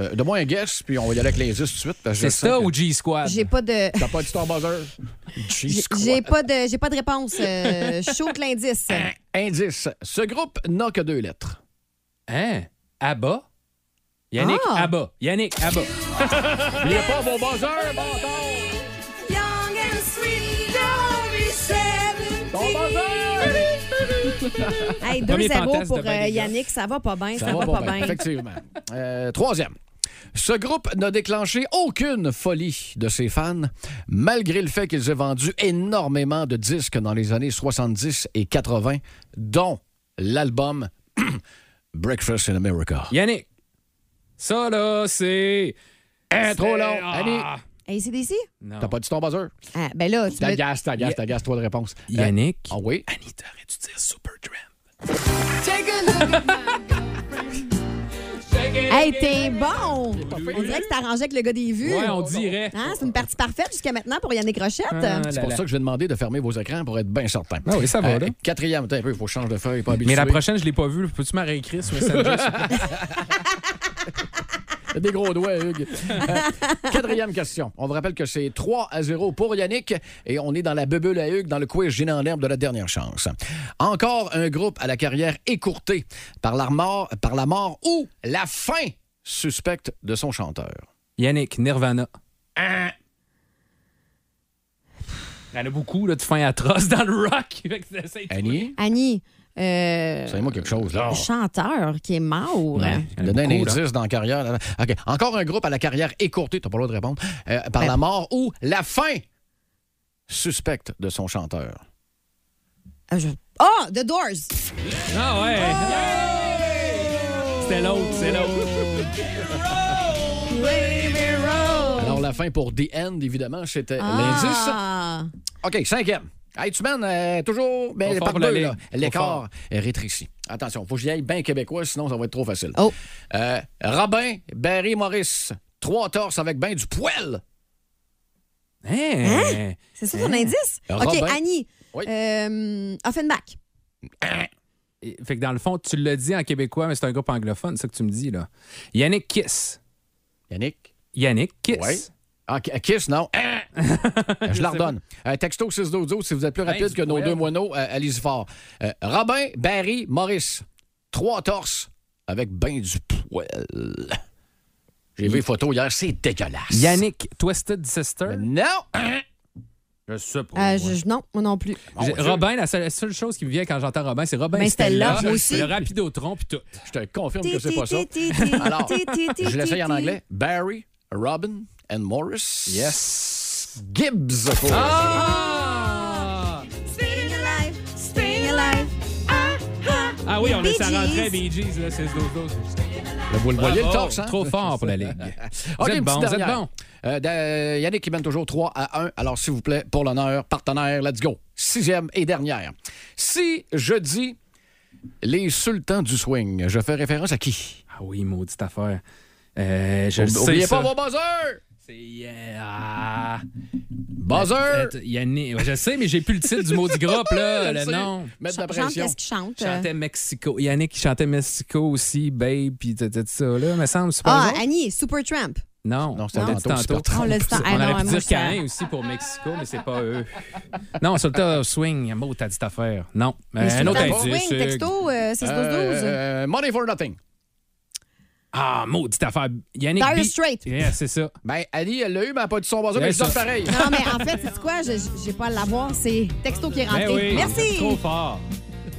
[SPEAKER 3] Euh, Donne-moi un guess, puis on va y aller avec l'indice tout de suite. parce que je
[SPEAKER 5] C'est
[SPEAKER 3] sais
[SPEAKER 5] ça
[SPEAKER 3] que
[SPEAKER 5] ou G-Squad?
[SPEAKER 4] J'ai pas de.
[SPEAKER 3] T'as pas de Star Buzzer?
[SPEAKER 4] J'ai
[SPEAKER 3] Jeez,
[SPEAKER 4] j'ai pas de, j'ai pas de réponse. Euh, je saute l'indice.
[SPEAKER 3] Indice. Ce groupe n'a que deux lettres.
[SPEAKER 5] Hein? Abba? Yannick,
[SPEAKER 4] Ah.
[SPEAKER 5] Abba. Yannick, Abba.
[SPEAKER 3] N'oubliez pas vos buzzers, bâtard! Ton buzzer!
[SPEAKER 4] Hey,
[SPEAKER 5] Premier
[SPEAKER 4] 2-0
[SPEAKER 5] fantasme
[SPEAKER 4] pour
[SPEAKER 5] de bien
[SPEAKER 4] euh,
[SPEAKER 5] des gars.
[SPEAKER 4] Yannick, ça va pas bien, ça,
[SPEAKER 3] Ça va pas bien,
[SPEAKER 4] bien.
[SPEAKER 3] effectivement. Euh, troisième. Ce groupe n'a déclenché aucune folie de ses fans, malgré le fait qu'ils aient vendu énormément de disques dans les années 70 et 80, dont l'album Breakfast in America.
[SPEAKER 5] Yannick, ça là, c'est.
[SPEAKER 3] Eh, trop long.
[SPEAKER 5] Ah.
[SPEAKER 3] Allez.
[SPEAKER 4] Hey, c'est d'ici?
[SPEAKER 5] Non.
[SPEAKER 3] T'as pas dit ton buzzer?
[SPEAKER 4] Ah, ben là, tu me-
[SPEAKER 3] T'agaces, t'agaces,
[SPEAKER 5] Ya-
[SPEAKER 3] t'agaces, toi de réponse. Euh,
[SPEAKER 5] Yannick.
[SPEAKER 3] Ah oui?
[SPEAKER 5] Anita, aurais-tu dire Supertramp?
[SPEAKER 4] Hey, t'es bon! On dirait que t'as arrangé avec le gars des vues.
[SPEAKER 5] Ouais, on dirait.
[SPEAKER 4] Hein, c'est une partie parfaite jusqu'à maintenant pour Yannick Rochette.
[SPEAKER 5] Ah, là,
[SPEAKER 3] C'est pour
[SPEAKER 5] là.
[SPEAKER 3] ça que je vais demander de fermer vos écrans pour être bien certain. Euh,
[SPEAKER 5] Ah oui, ça va, là.
[SPEAKER 3] Quatrième, attends un peu, il faut changer de feuille, pas habitué.
[SPEAKER 5] Mais la prochaine, je l'ai pas vue. là. Peux-tu me réécrire sur Messenger? s'il te plaît?
[SPEAKER 3] T'as Des gros doigts, Hugues. Euh, quatrième question. On vous rappelle que c'est 3 à 0 pour Yannick et on est dans la bubule à Hugues, dans le quiz gênant en herbe de la dernière chance. Encore un groupe à la carrière écourtée par la mort, par la mort ou la fin suspecte de son chanteur.
[SPEAKER 5] Yannick, Nirvana. Il y en a beaucoup là, de fins atroces dans le rock. Fait que c'est- c'est-
[SPEAKER 3] Annie,
[SPEAKER 4] Annie, euh,
[SPEAKER 3] savez-moi quelque chose, là.
[SPEAKER 4] le chanteur qui est mort.
[SPEAKER 5] Il y en a
[SPEAKER 3] Donner un
[SPEAKER 5] beaucoup, là.
[SPEAKER 3] indice dans la carrière. là. OK. Encore un groupe à la carrière écourtée, t'as pas le droit de répondre, euh, par
[SPEAKER 4] Ben-
[SPEAKER 3] la mort ou la fin suspecte de son chanteur.
[SPEAKER 4] Ah, je- Ah, The Doors!
[SPEAKER 5] Ah ouais! C'était l'autre, c'est l'autre.
[SPEAKER 3] Alors, la fin pour The End, évidemment, c'était
[SPEAKER 4] Ah.
[SPEAKER 3] l'indice. OK, cinquième. Hey, tu mènes euh, toujours ben,
[SPEAKER 5] Pas
[SPEAKER 3] par
[SPEAKER 5] fort
[SPEAKER 3] deux,
[SPEAKER 5] pour la
[SPEAKER 3] là.
[SPEAKER 5] ligue. Pas
[SPEAKER 3] L'écart
[SPEAKER 5] fort.
[SPEAKER 3] est rétréci. Attention, faut que j'y aille bien québécois, sinon ça va être trop facile.
[SPEAKER 4] Oh.
[SPEAKER 3] Euh, Robin, Barry Morris, trois torses avec ben du poil.
[SPEAKER 5] Hein?
[SPEAKER 4] C'est ça ton indice?
[SPEAKER 3] Euh, Robin.
[SPEAKER 4] OK, Annie.
[SPEAKER 3] Oui. Oh,
[SPEAKER 4] Euh, Offenbach.
[SPEAKER 5] Et- Fait que dans le fond, tu l'as dit en québécois, mais c'est un groupe anglophone, c'est ça que tu me dis, là. Yannick Kiss.
[SPEAKER 3] Yannick?
[SPEAKER 5] Yannick Kiss.
[SPEAKER 3] Ouais. Ah, K- Kiss, non. Hein? je la redonne. Euh, texto 612 si vous êtes plus
[SPEAKER 5] Ben,
[SPEAKER 3] rapide
[SPEAKER 5] du
[SPEAKER 3] que nos
[SPEAKER 5] poil.
[SPEAKER 3] deux moineaux, euh, allez-y fort. Euh, Robin, Barry, Morris, trois torses avec ben du poil. J'ai vu les photos hier, c'est dégueulasse.
[SPEAKER 5] Yannick Twisted Sister.
[SPEAKER 3] Non!
[SPEAKER 5] Je sais
[SPEAKER 4] Euh, je- je- non, moi non plus.
[SPEAKER 5] J'ai- Robin, la seule, la seule chose qui me vient quand j'entends Robin, c'est Robin
[SPEAKER 4] Ben, c'était
[SPEAKER 5] Stella,
[SPEAKER 4] là, moi aussi.
[SPEAKER 5] le rapidotron, puis tout.
[SPEAKER 3] Je te confirme
[SPEAKER 4] Ti,
[SPEAKER 3] que c'est
[SPEAKER 4] ti,
[SPEAKER 3] pas ça.
[SPEAKER 4] ti, ti, ti,
[SPEAKER 3] Alors,
[SPEAKER 4] ti, ti, ti,
[SPEAKER 3] Je l'essaye en
[SPEAKER 4] ti.
[SPEAKER 3] anglais. Barry, Robin and Morris.
[SPEAKER 5] Yes.
[SPEAKER 3] Gibbs. pour-
[SPEAKER 5] Ah!
[SPEAKER 4] Staying alive, staying alive. Ah, ah.
[SPEAKER 5] Ah oui, on
[SPEAKER 4] Les
[SPEAKER 5] laisse ça
[SPEAKER 4] Bee
[SPEAKER 5] rentrer,
[SPEAKER 4] Gees.
[SPEAKER 5] Bee Gees, là, c'est 12-12.
[SPEAKER 3] Vous le voyez, le torse, hein?
[SPEAKER 5] Trop fort pour la Ligue. Vous
[SPEAKER 3] OK,
[SPEAKER 5] êtes
[SPEAKER 3] une
[SPEAKER 5] bon,
[SPEAKER 3] petite
[SPEAKER 5] vous êtes
[SPEAKER 3] dernière.
[SPEAKER 5] bon.
[SPEAKER 3] Euh, da- Yannick qui mène toujours 3 à 1. Alors, s'il vous plaît, pour l'honneur, partenaire, let's go. Sixième et dernière. Si je dis les sultans du swing, je fais référence à qui?
[SPEAKER 5] Ah oui, maudite affaire. Euh, je le sais,
[SPEAKER 3] N'oubliez
[SPEAKER 5] ça.
[SPEAKER 3] pas vos buzzers!
[SPEAKER 5] C'est... euh, ah.
[SPEAKER 3] Buzzer!
[SPEAKER 5] Attends, Yannick, ouais, je sais, mais j'ai plus le titre du mot du groupe, là,
[SPEAKER 3] Je
[SPEAKER 5] Euh, le
[SPEAKER 3] sais.
[SPEAKER 5] nom.
[SPEAKER 3] Mettre de la
[SPEAKER 4] Chante
[SPEAKER 3] pression.
[SPEAKER 4] qu'est-ce qu'il chante.
[SPEAKER 5] Il
[SPEAKER 4] Euh,
[SPEAKER 5] chantait Mexico. Yannick, il chantait Mexico aussi, Babe, puis tout, tout ça, là, me semble. c'est pas
[SPEAKER 4] Ah,
[SPEAKER 5] eux autres?
[SPEAKER 4] Annie, Supertramp.
[SPEAKER 5] Non,
[SPEAKER 3] Non, c'était
[SPEAKER 5] on l'a dit
[SPEAKER 3] tantôt, c'est
[SPEAKER 5] tantôt.
[SPEAKER 3] pas
[SPEAKER 4] On l'a dit tant- Ah
[SPEAKER 5] On
[SPEAKER 4] non,
[SPEAKER 5] aurait pu
[SPEAKER 4] moi,
[SPEAKER 5] dire
[SPEAKER 4] ça-
[SPEAKER 5] Cain aussi pour Mexico, mais c'est pas eux. Non, sur le tas, swing, mot, t'as dit cette affaire. Non, Euh,
[SPEAKER 4] Les
[SPEAKER 5] un autre
[SPEAKER 4] Sultans
[SPEAKER 5] indice.
[SPEAKER 4] du Swing,
[SPEAKER 5] euh,
[SPEAKER 4] texto, euh, 6 12
[SPEAKER 3] Euh, money for nothing.
[SPEAKER 5] Ah, mot, petite affaire. Yannick.
[SPEAKER 4] Dire
[SPEAKER 5] B.
[SPEAKER 4] Straits.
[SPEAKER 5] Yeah, c'est ça.
[SPEAKER 3] Ben, Ali, elle l'a eu, mais elle n'a pas dit son buzzer,
[SPEAKER 5] Ben,
[SPEAKER 3] mais je donne
[SPEAKER 5] ça-
[SPEAKER 3] pareil.
[SPEAKER 4] Non, mais en fait, c'est quoi? Je- je- J'ai pas à l'avoir. C'est texto qui est rentré.
[SPEAKER 5] Ben oui,
[SPEAKER 4] Merci.
[SPEAKER 5] Trop fort.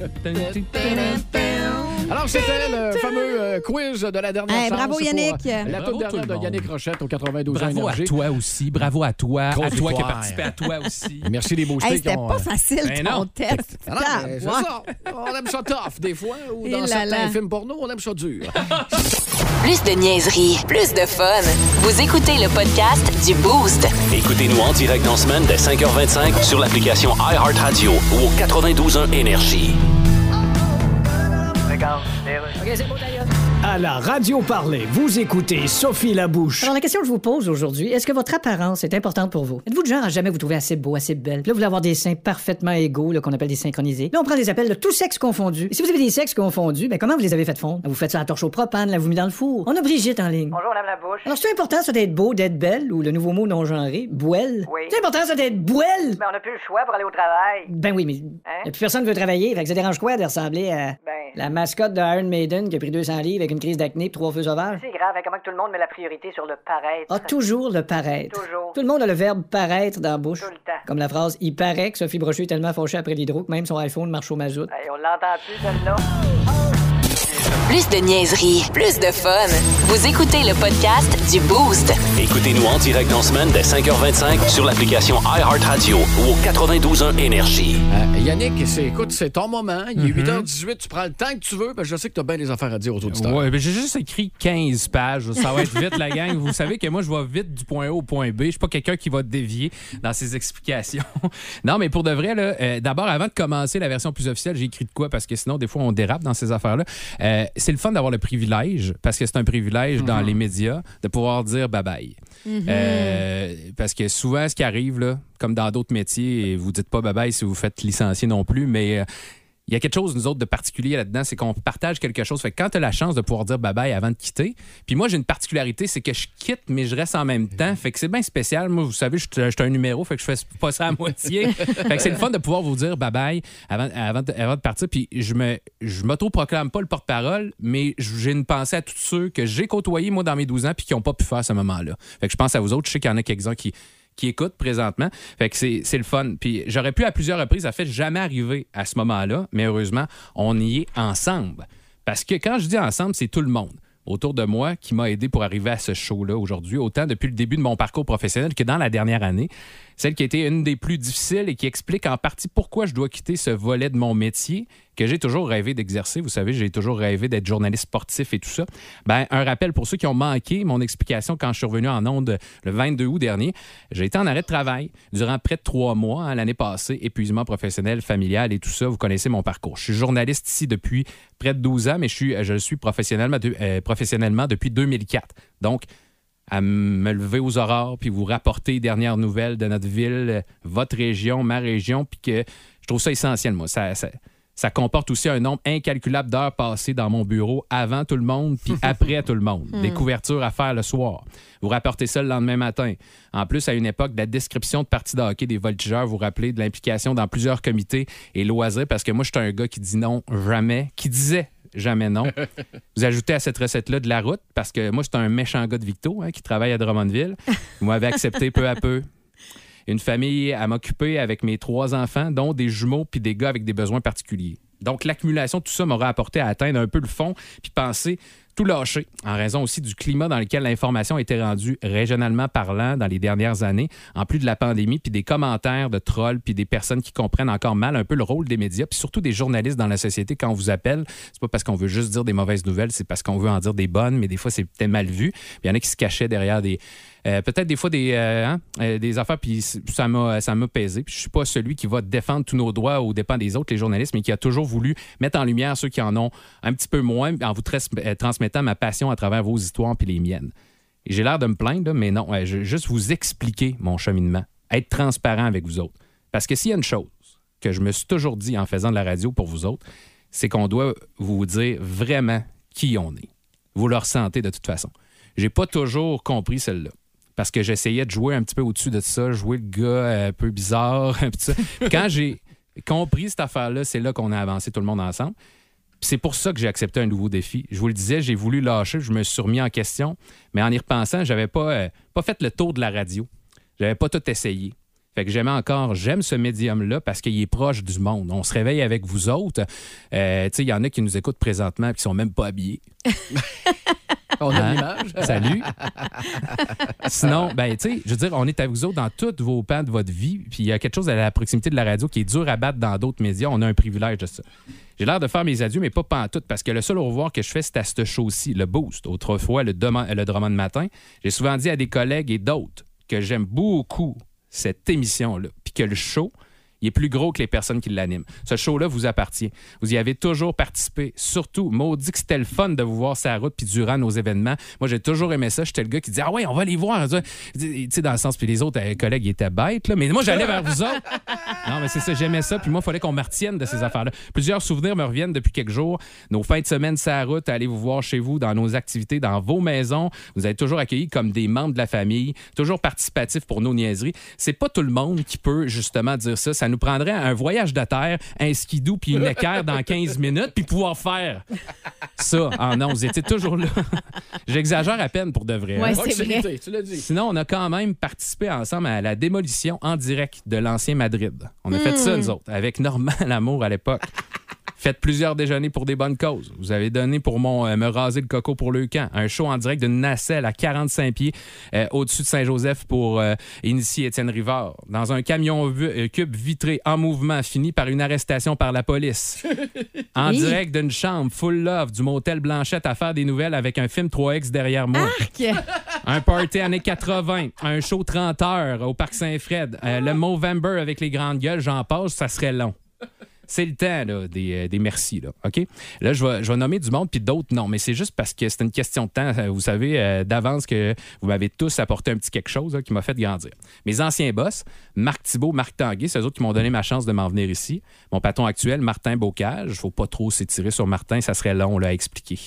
[SPEAKER 3] Alors, c'était le fameux euh, quiz de la dernière
[SPEAKER 4] Hey,
[SPEAKER 3] chance
[SPEAKER 4] bravo,
[SPEAKER 3] pour, euh,
[SPEAKER 4] Yannick.
[SPEAKER 3] la
[SPEAKER 5] Bravo
[SPEAKER 3] toute
[SPEAKER 5] tout
[SPEAKER 3] dernière
[SPEAKER 5] le
[SPEAKER 3] de
[SPEAKER 5] monde.
[SPEAKER 3] Yannick Rochette au 92 ans
[SPEAKER 5] Bravo à
[SPEAKER 3] énergie.
[SPEAKER 5] toi aussi. Bravo à toi.
[SPEAKER 3] Grosse
[SPEAKER 5] à toi qui as
[SPEAKER 3] victoire.
[SPEAKER 5] participé, à toi aussi.
[SPEAKER 3] Merci les boostés
[SPEAKER 4] Hey,
[SPEAKER 3] qui
[SPEAKER 4] C'était
[SPEAKER 3] ont...
[SPEAKER 4] pas
[SPEAKER 3] euh,
[SPEAKER 4] facile
[SPEAKER 5] Ben
[SPEAKER 4] ton
[SPEAKER 5] non.
[SPEAKER 4] texte.
[SPEAKER 3] Ah non, mais c'est
[SPEAKER 4] Ouais.
[SPEAKER 3] ça. On aime ça tough des fois, ou
[SPEAKER 4] Et
[SPEAKER 3] dans
[SPEAKER 4] là
[SPEAKER 3] certains
[SPEAKER 4] là.
[SPEAKER 3] films porno, on aime ça dur.
[SPEAKER 1] Plus de niaiserie, plus de fun. Vous écoutez le podcast du Boost.
[SPEAKER 2] Écoutez-nous en direct dans la semaine dès 5h25 sur l'application iHeartRadio ou au 92.1 Énergie.
[SPEAKER 6] À la radio parler, vous écoutez Sophie Labouche.
[SPEAKER 7] Alors, la question que je vous pose aujourd'hui, est-ce que votre apparence est importante pour vous? Êtes-vous de genre à jamais vous trouver assez beau, assez belle? Puis là, vous voulez avoir des seins parfaitement égaux, là, qu'on appelle des synchronisés. Là, on prend des appels de tous sexes confondus. Et si vous avez des sexes confondus, ben, comment vous les avez fait fondre? Vous faites ça à la torche au propane, là, vous mis dans le four. On a Brigitte en ligne.
[SPEAKER 9] Bonjour, Madame Labouche.
[SPEAKER 7] Alors, c'est important, ça, d'être beau, d'être belle, ou le nouveau mot non-genré, bouelle?
[SPEAKER 9] Oui.
[SPEAKER 7] C'est important, ça, d'être bouelle?
[SPEAKER 9] Mais on n'a plus le choix pour aller au travail.
[SPEAKER 7] Ben oui, mais
[SPEAKER 9] Hein?
[SPEAKER 7] y a plus personne veut travailler, fait que ça dérange quoi de ressembler à
[SPEAKER 9] Ben-
[SPEAKER 7] la mascotte de Iron Maiden qui a pris 200 livres avec une crise d'acné pis trois feux sauvages?
[SPEAKER 9] C'est grave, hein, comment que tout le monde met la priorité sur le paraître.
[SPEAKER 7] A toujours le paraître.
[SPEAKER 9] Toujours.
[SPEAKER 7] Tout le monde a le verbe paraître dans la bouche.
[SPEAKER 9] Tout le temps.
[SPEAKER 7] Comme la phrase Il paraît que Sophie Brochu est tellement fauchée après l'hydro que même son iPhone marche au mazout.
[SPEAKER 9] Hey, on l'entend plus, celle-là.
[SPEAKER 1] Plus de niaiserie, plus de fun. Vous écoutez le podcast du Boost.
[SPEAKER 2] Écoutez-nous en direct en semaine dès 5h25 sur l'application iHeartRadio ou au 92.1 Énergie.
[SPEAKER 3] Euh, Yannick, c'est- écoute, c'est ton moment. Il est
[SPEAKER 5] Mm-hmm.
[SPEAKER 3] 8h18, tu prends le temps que tu veux, parce que je sais que tu as bien des affaires à dire aux auditeurs.
[SPEAKER 5] Ouais, ben, j'ai juste écrit 15 pages. Ça va être vite, la gang. Vous savez que moi, je vais vite du point A au point B. Je suis pas quelqu'un qui va dévier dans ses explications. non, mais pour de vrai, là, euh, d'abord, avant de commencer la version plus officielle, j'ai écrit de quoi? Parce que sinon, des fois, on dérape dans ces affaires-là. Euh, c'est le fun d'avoir le privilège, parce que c'est un privilège dans les médias, de pouvoir dire bye-bye.
[SPEAKER 11] Mhm.
[SPEAKER 5] Euh, parce que souvent, ce qui arrive, là, comme dans d'autres métiers, et vous dites pas bye-bye si vous faites licencier non plus, mais... euh, il y a quelque chose, nous autres, de particulier là-dedans, c'est qu'on partage quelque chose. Fait que quand tu as la chance de pouvoir dire bye-bye avant de quitter, puis moi, j'ai une particularité, c'est que je quitte, mais je reste en même temps. Fait que c'est bien spécial. Moi, vous savez, je suis je suis un numéro, fait que je fais pas ça à moitié. fait que c'est le fun de pouvoir vous dire bye-bye avant, avant, de, avant de partir. Puis je me je m'auto-proclame pas le porte-parole, mais j'ai une pensée à tous ceux que j'ai côtoyés, moi, dans mes 12 ans, puis qui n'ont pas pu faire ce moment-là. Fait que je pense à vous autres. Je sais qu'il y en a quelques-uns qui qui écoutent présentement. Fait que c'est c'est le fun. Puis j'aurais pu à plusieurs reprises, ça fait jamais arriver à ce moment-là, mais heureusement, on y est ensemble. Parce que quand je dis ensemble, c'est tout le monde autour de moi qui m'a aidé pour arriver à ce show-là aujourd'hui, autant depuis le début de mon parcours professionnel que dans la dernière année. Celle qui a été une des plus difficiles et qui explique en partie pourquoi je dois quitter ce volet de mon métier que j'ai toujours rêvé d'exercer. Vous savez, j'ai toujours rêvé d'être journaliste sportif et tout ça. Ben, un rappel pour ceux qui ont manqué mon explication quand je suis revenu en ondes le 22 août dernier. J'ai été en arrêt de travail durant près de trois mois hein, l'année passée, épuisement professionnel, familial et tout ça. Vous connaissez mon parcours. Je suis journaliste ici depuis près de 12 ans, mais je, suis, je le suis professionnellement, de- euh, professionnellement depuis 2004. Donc, à me lever aux aurores, puis vous rapporter les dernières nouvelles de notre ville, euh, votre région, ma région, puis que je trouve ça essentiel, moi. Ça, ça, ça comporte aussi un nombre incalculable d'heures passées dans mon bureau avant tout le monde, puis après tout le monde.
[SPEAKER 11] Hmm.
[SPEAKER 5] Des couvertures à faire le soir. Vous rapportez ça le lendemain matin. En plus, à une époque, de la description de partie de hockey des voltigeurs, vous rappelez de l'implication dans plusieurs comités et loisirs, parce que moi, je suis un gars qui dit non jamais, qui disait jamais non. Vous ajoutez à cette recette-là de la route, parce que moi, c'est un méchant gars de Victo hein, qui travaille à Drummondville. Vous m'avez accepté peu à peu. Une famille à m'occuper avec mes trois enfants, dont des jumeaux puis des gars avec des besoins particuliers. Donc, l'accumulation de tout ça m'aura apporté à atteindre un peu le fond puis penser tout lâcher, en raison aussi du climat dans lequel l'information était rendue régionalement parlant dans les dernières années, en plus de la pandémie puis des commentaires de trolls puis des personnes qui comprennent encore mal un peu le rôle des médias puis surtout des journalistes dans la société quand on vous appelle. C'est pas parce qu'on veut juste dire des mauvaises nouvelles, c'est parce qu'on veut en dire des bonnes, mais des fois, c'est peut-être mal vu. Puis Il y en a qui se cachaient derrière des. euh, peut-être des fois des, euh, hein, euh, des affaires, puis c- ça m'a, ça m'a pesé. Puis je suis pas celui qui va défendre tous nos droits aux dépens des autres, les journalistes, mais qui a toujours voulu mettre en lumière ceux qui en ont un petit peu moins en vous tras- euh, transmettant ma passion à travers vos histoires puis les miennes. Et j'ai l'air de me plaindre, là, mais non, euh, je veux juste vous expliquer mon cheminement, être transparent avec vous autres. Parce que s'il y a une chose que je me suis toujours dit en faisant de la radio pour vous autres, c'est qu'on doit vous dire vraiment qui on est. Vous le ressentez de toute façon. J'ai pas toujours compris celle-là. Parce que j'essayais de jouer un petit peu au-dessus de ça, jouer le gars euh, un peu bizarre. un petit- Quand j'ai compris cette affaire-là, c'est là qu'on a avancé tout le monde ensemble. Puis c'est pour ça que j'ai accepté un nouveau défi. Je vous le disais, j'ai voulu lâcher, je me suis remis en question, mais en y repensant, j'avais pas, euh, pas fait le tour de la radio. J'avais pas tout essayé. Fait que j'aimais encore, j'aime ce médium-là parce qu'il est proche du monde. On se réveille avec vous autres. Euh, tu sais, il y en a qui nous écoutent présentement et qui sont même pas habillés.
[SPEAKER 3] On a
[SPEAKER 5] Hein?
[SPEAKER 3] l'image.
[SPEAKER 5] Salut. Sinon, ben, tu sais, je veux dire, on est avec vous autres dans toutes vos pans de votre vie. Puis il y a quelque chose à la proximité de la radio qui est dur à battre dans d'autres médias. On a un privilège de ça. J'ai l'air de faire mes adieux, mais pas pantoute, parce que le seul au revoir que je fais, c'est à ce show-ci, le Boost. Autrefois, le, dema- le Drummond de matin. J'ai souvent dit à des collègues et d'autres que j'aime beaucoup cette émission-là. Puis que le show, il est plus gros que les personnes qui l'animent. Ce show-là vous appartient. Vous y avez toujours participé. Surtout, maudit que c'était le fun de vous voir sur la route puis durant nos événements. Moi, j'ai toujours aimé ça. J'étais le gars qui disait Ah ouais, on va les voir. Tu sais, dans le sens, puis les autres euh, collègues ils étaient bêtes, là. mais moi, j'allais vers vous autres. Non, mais c'est ça, j'aimais ça. Puis moi, il fallait qu'on me retienne de ces affaires-là. Plusieurs souvenirs me reviennent depuis quelques jours. Nos fins de semaine, sur la route, aller vous voir chez vous, dans nos activités, dans vos maisons. Vous êtes toujours accueillis comme des membres de la famille, toujours participatifs pour nos niaiseries. C'est pas tout le monde qui peut justement dire ça. Ça nous prendrait un voyage de terre, un skidoo puis une équerre dans 15 minutes, puis pouvoir faire ça. Ah non, vous étiez toujours là. J'exagère à peine pour de vrai. hein.
[SPEAKER 3] Proximité, Tu l'as dit.
[SPEAKER 5] Sinon, on a quand même participé ensemble à la démolition en direct de l'ancien Madrid. On a fait
[SPEAKER 3] Hmm.
[SPEAKER 5] ça, nous autres, avec Normand Lamour à l'époque. Faites plusieurs déjeuners pour des bonnes causes. Vous avez donné pour mon euh, me raser le coco pour le camp. Un show en direct d'une nacelle à 45 pieds euh, au-dessus de Saint-Joseph pour euh, initier Étienne Rivard. Dans un camion vu- euh, cube vitré en mouvement fini par une arrestation par la police. En
[SPEAKER 4] Oui.
[SPEAKER 5] direct d'une chambre full love du motel Blanchette à faire des nouvelles avec un film 3X derrière moi. Un party années 80, un show 30 heures au Parc Saint-Fred, euh, le Movember avec les grandes gueules, j'en passe, ça serait long. C'est le temps là, des, euh, des merci. Là, OK? là je, vais, je vais nommer du monde puis d'autres non, mais c'est juste parce que c'est une question de temps. Euh, Vous savez euh, d'avance que vous m'avez tous apporté un petit quelque chose là, qui m'a fait grandir. Mes anciens boss, Marc Thibault, Marc Tanguay, c'est eux autres qui m'ont donné ma chance de m'en venir ici. Mon patron actuel, Martin Bocage, faut pas trop s'étirer sur Martin, ça serait long là, à expliquer.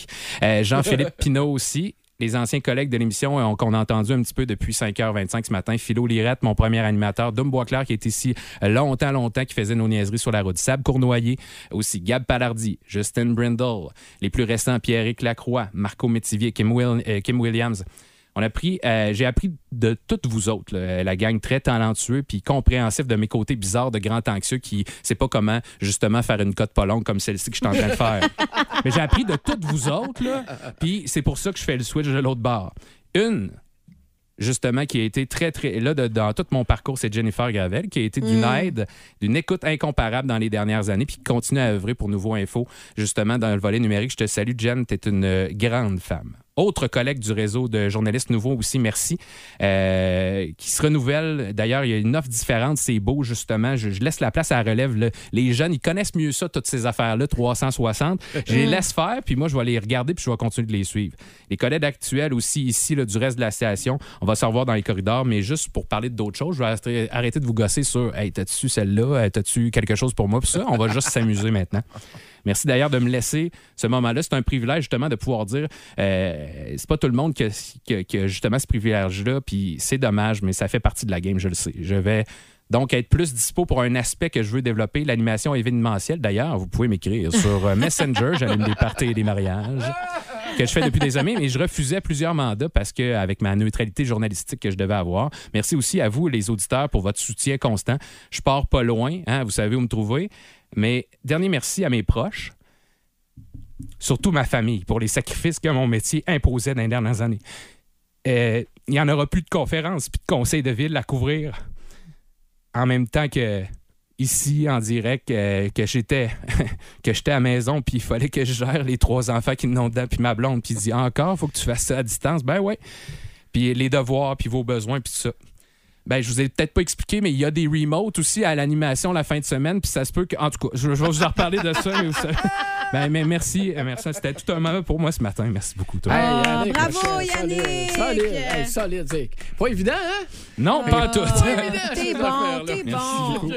[SPEAKER 5] Euh, Jean-Philippe Pinot aussi, les anciens collègues de l'émission euh, qu'on a entendu un petit peu depuis 5h25 ce matin. Philo Lirette, mon premier animateur. Dom Boisclair, qui est ici euh, longtemps, longtemps, qui faisait nos niaiseries sur la route. Sab Cournoyer, aussi Gab Palardi, Justin Brindle, les plus récents Pierre-Éric Lacroix, Marco Métivier, Kim, Will- euh, Kim Williams. On a pris, euh, j'ai appris de toutes vous autres, là, la gang très talentueux puis compréhensif de mes côtés bizarres de grand anxieux qui sait pas comment justement faire une cote pas longue comme celle-ci que je suis en train de faire. Mais j'ai appris de toutes vous autres, là. Puis c'est pour ça que je fais le switch de l'autre barre. Une, justement, qui a été très, très. Là, de- dans tout mon parcours, c'est Jennifer Gravel, qui a été d'une
[SPEAKER 11] Mm.
[SPEAKER 5] aide, d'une écoute incomparable dans les dernières années, puis qui continue à œuvrer pour Nouveau Info, justement, dans le volet numérique. Je te salue, Jen. Tu es une euh, grande femme. Autre collègue du réseau de journalistes nouveaux aussi, merci, euh, qui se renouvelle. D'ailleurs, il y a une offre différente, c'est beau, justement. Je, je laisse la place à la relève. là. Les jeunes, ils connaissent mieux ça, toutes ces affaires-là, 360. Je les
[SPEAKER 11] Mm.
[SPEAKER 5] laisse faire, puis moi, je vais les regarder, puis je vais continuer de les suivre. Les collègues actuels aussi, ici, là, du reste de la station, on va se revoir dans les corridors, mais juste pour parler d'autres choses, je vais arrêter- arrêter de vous gosser sur Hey, t'as-tu celle-là? Hey, T'as-tu quelque chose pour moi? Puis ça, on va juste s'amuser maintenant. Merci d'ailleurs de me laisser ce moment-là. C'est un privilège, justement, de pouvoir dire euh, c'est pas tout le monde qui a, qui a- qui a justement ce privilège-là, puis c'est dommage, mais ça fait partie de la game, je le sais. Je vais. Donc, être plus dispo pour un aspect que je veux développer, l'animation événementielle. D'ailleurs, vous pouvez m'écrire sur euh, Messenger, j'anime des parties et des mariages que je fais depuis des années, mais je refusais plusieurs mandats parce que avec ma neutralité journalistique que je devais avoir. Merci aussi à vous, les auditeurs, pour votre soutien constant. Je pars pas loin, hein, vous savez où me trouver. Mais dernier merci à mes proches, surtout ma famille, pour les sacrifices que mon métier imposait dans les dernières années. Euh, Il y n'y en aura plus de conférences puis de conseils de ville à couvrir en même temps que ici en direct euh, que j'étais que j'étais à la maison puis il fallait que je gère les trois enfants qui n'ont dedans puis ma blonde puis il dit encore faut que tu fasses ça à distance ben ouais puis les devoirs puis vos besoins puis tout ça ben je vous ai peut-être pas expliqué mais il y a des remotes aussi à l'animation la fin de semaine puis ça se peut que en tout cas je, je vais vous en reparler de ça mais vous savez- ben mais merci euh, merci c'était tout un moment pour moi ce matin merci beaucoup toi
[SPEAKER 4] Ah,
[SPEAKER 3] Ah.
[SPEAKER 4] bravo, Yannick!
[SPEAKER 3] Solide, hey, solide, Zach. Pas évident, hein?
[SPEAKER 5] non pas en tout
[SPEAKER 3] Pas évident,
[SPEAKER 4] T'es
[SPEAKER 3] cette
[SPEAKER 4] bon,
[SPEAKER 3] affaire-là.
[SPEAKER 4] t'es
[SPEAKER 3] Merci beaucoup.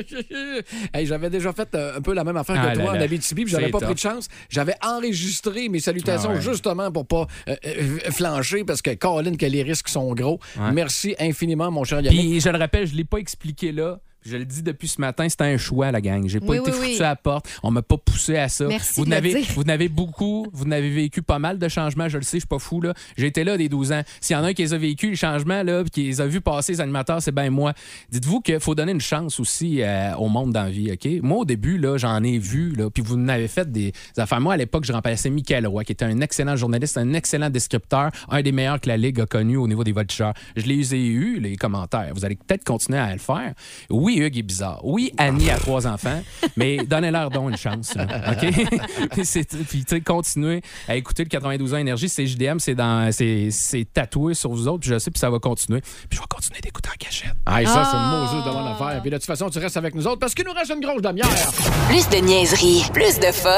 [SPEAKER 3] Hey, j'avais déjà fait euh, un peu la même affaire
[SPEAKER 5] Ah
[SPEAKER 3] que
[SPEAKER 5] là
[SPEAKER 3] toi en
[SPEAKER 5] là.
[SPEAKER 3] Abitibi, puis j'avais
[SPEAKER 5] C'est
[SPEAKER 3] pas
[SPEAKER 5] top.
[SPEAKER 3] pris de chance. J'avais enregistré mes salutations
[SPEAKER 5] Ah ouais.
[SPEAKER 3] justement pour pas euh, euh, flancher parce que Colin, que les risques sont gros.
[SPEAKER 5] Ouais.
[SPEAKER 3] Merci infiniment, mon cher Yannick.
[SPEAKER 5] Puis je le rappelle, je ne l'ai pas expliqué là. Je le dis depuis ce matin, c'était un choix, la gang. J'ai pas
[SPEAKER 4] Oui,
[SPEAKER 5] été
[SPEAKER 4] oui,
[SPEAKER 5] foutu
[SPEAKER 4] oui.
[SPEAKER 5] à la porte. On m'a pas poussé à ça.
[SPEAKER 4] Merci
[SPEAKER 5] vous
[SPEAKER 4] de le
[SPEAKER 5] n'avez,
[SPEAKER 4] dire.
[SPEAKER 5] vous n'avez beaucoup, vous n'avez vécu pas mal de changements, je le sais, je suis pas fou là. J'étais là des 12 ans. S'il y en a un qui les a vécu les changements là, puis qui les a vu passer les animateurs, c'est bien moi. Dites-vous qu'il faut donner une chance aussi euh, au monde dans la vie, OK Moi au début là, j'en ai vu là, puis vous n'avez fait des affaires moi à l'époque, je remplaçais Michael Roy qui était un excellent journaliste, un excellent descripteur, un des meilleurs que la ligue a connu au niveau des voltigeurs. Je les ai eu les commentaires. Vous allez peut-être continuer à le faire. Oui, Hugues est bizarre. Oui, Annie a trois enfants, mais donnez-leur donc une chance. là, OK? Puis c'est- Puis, tu sais, continuez à écouter le 92 ans Énergie. C'est JDM, c'est dans- c'est- c'est tatoué sur vous autres, puis je sais, puis ça va continuer. Puis je vais continuer d'écouter en cachette.
[SPEAKER 3] Hey, ça, c'est une Moses de bonne affaire. Puis de toute façon, tu restes avec nous autres parce qu'il nous reste une grosse demi-heure.
[SPEAKER 1] Plus de niaiserie, plus de fun.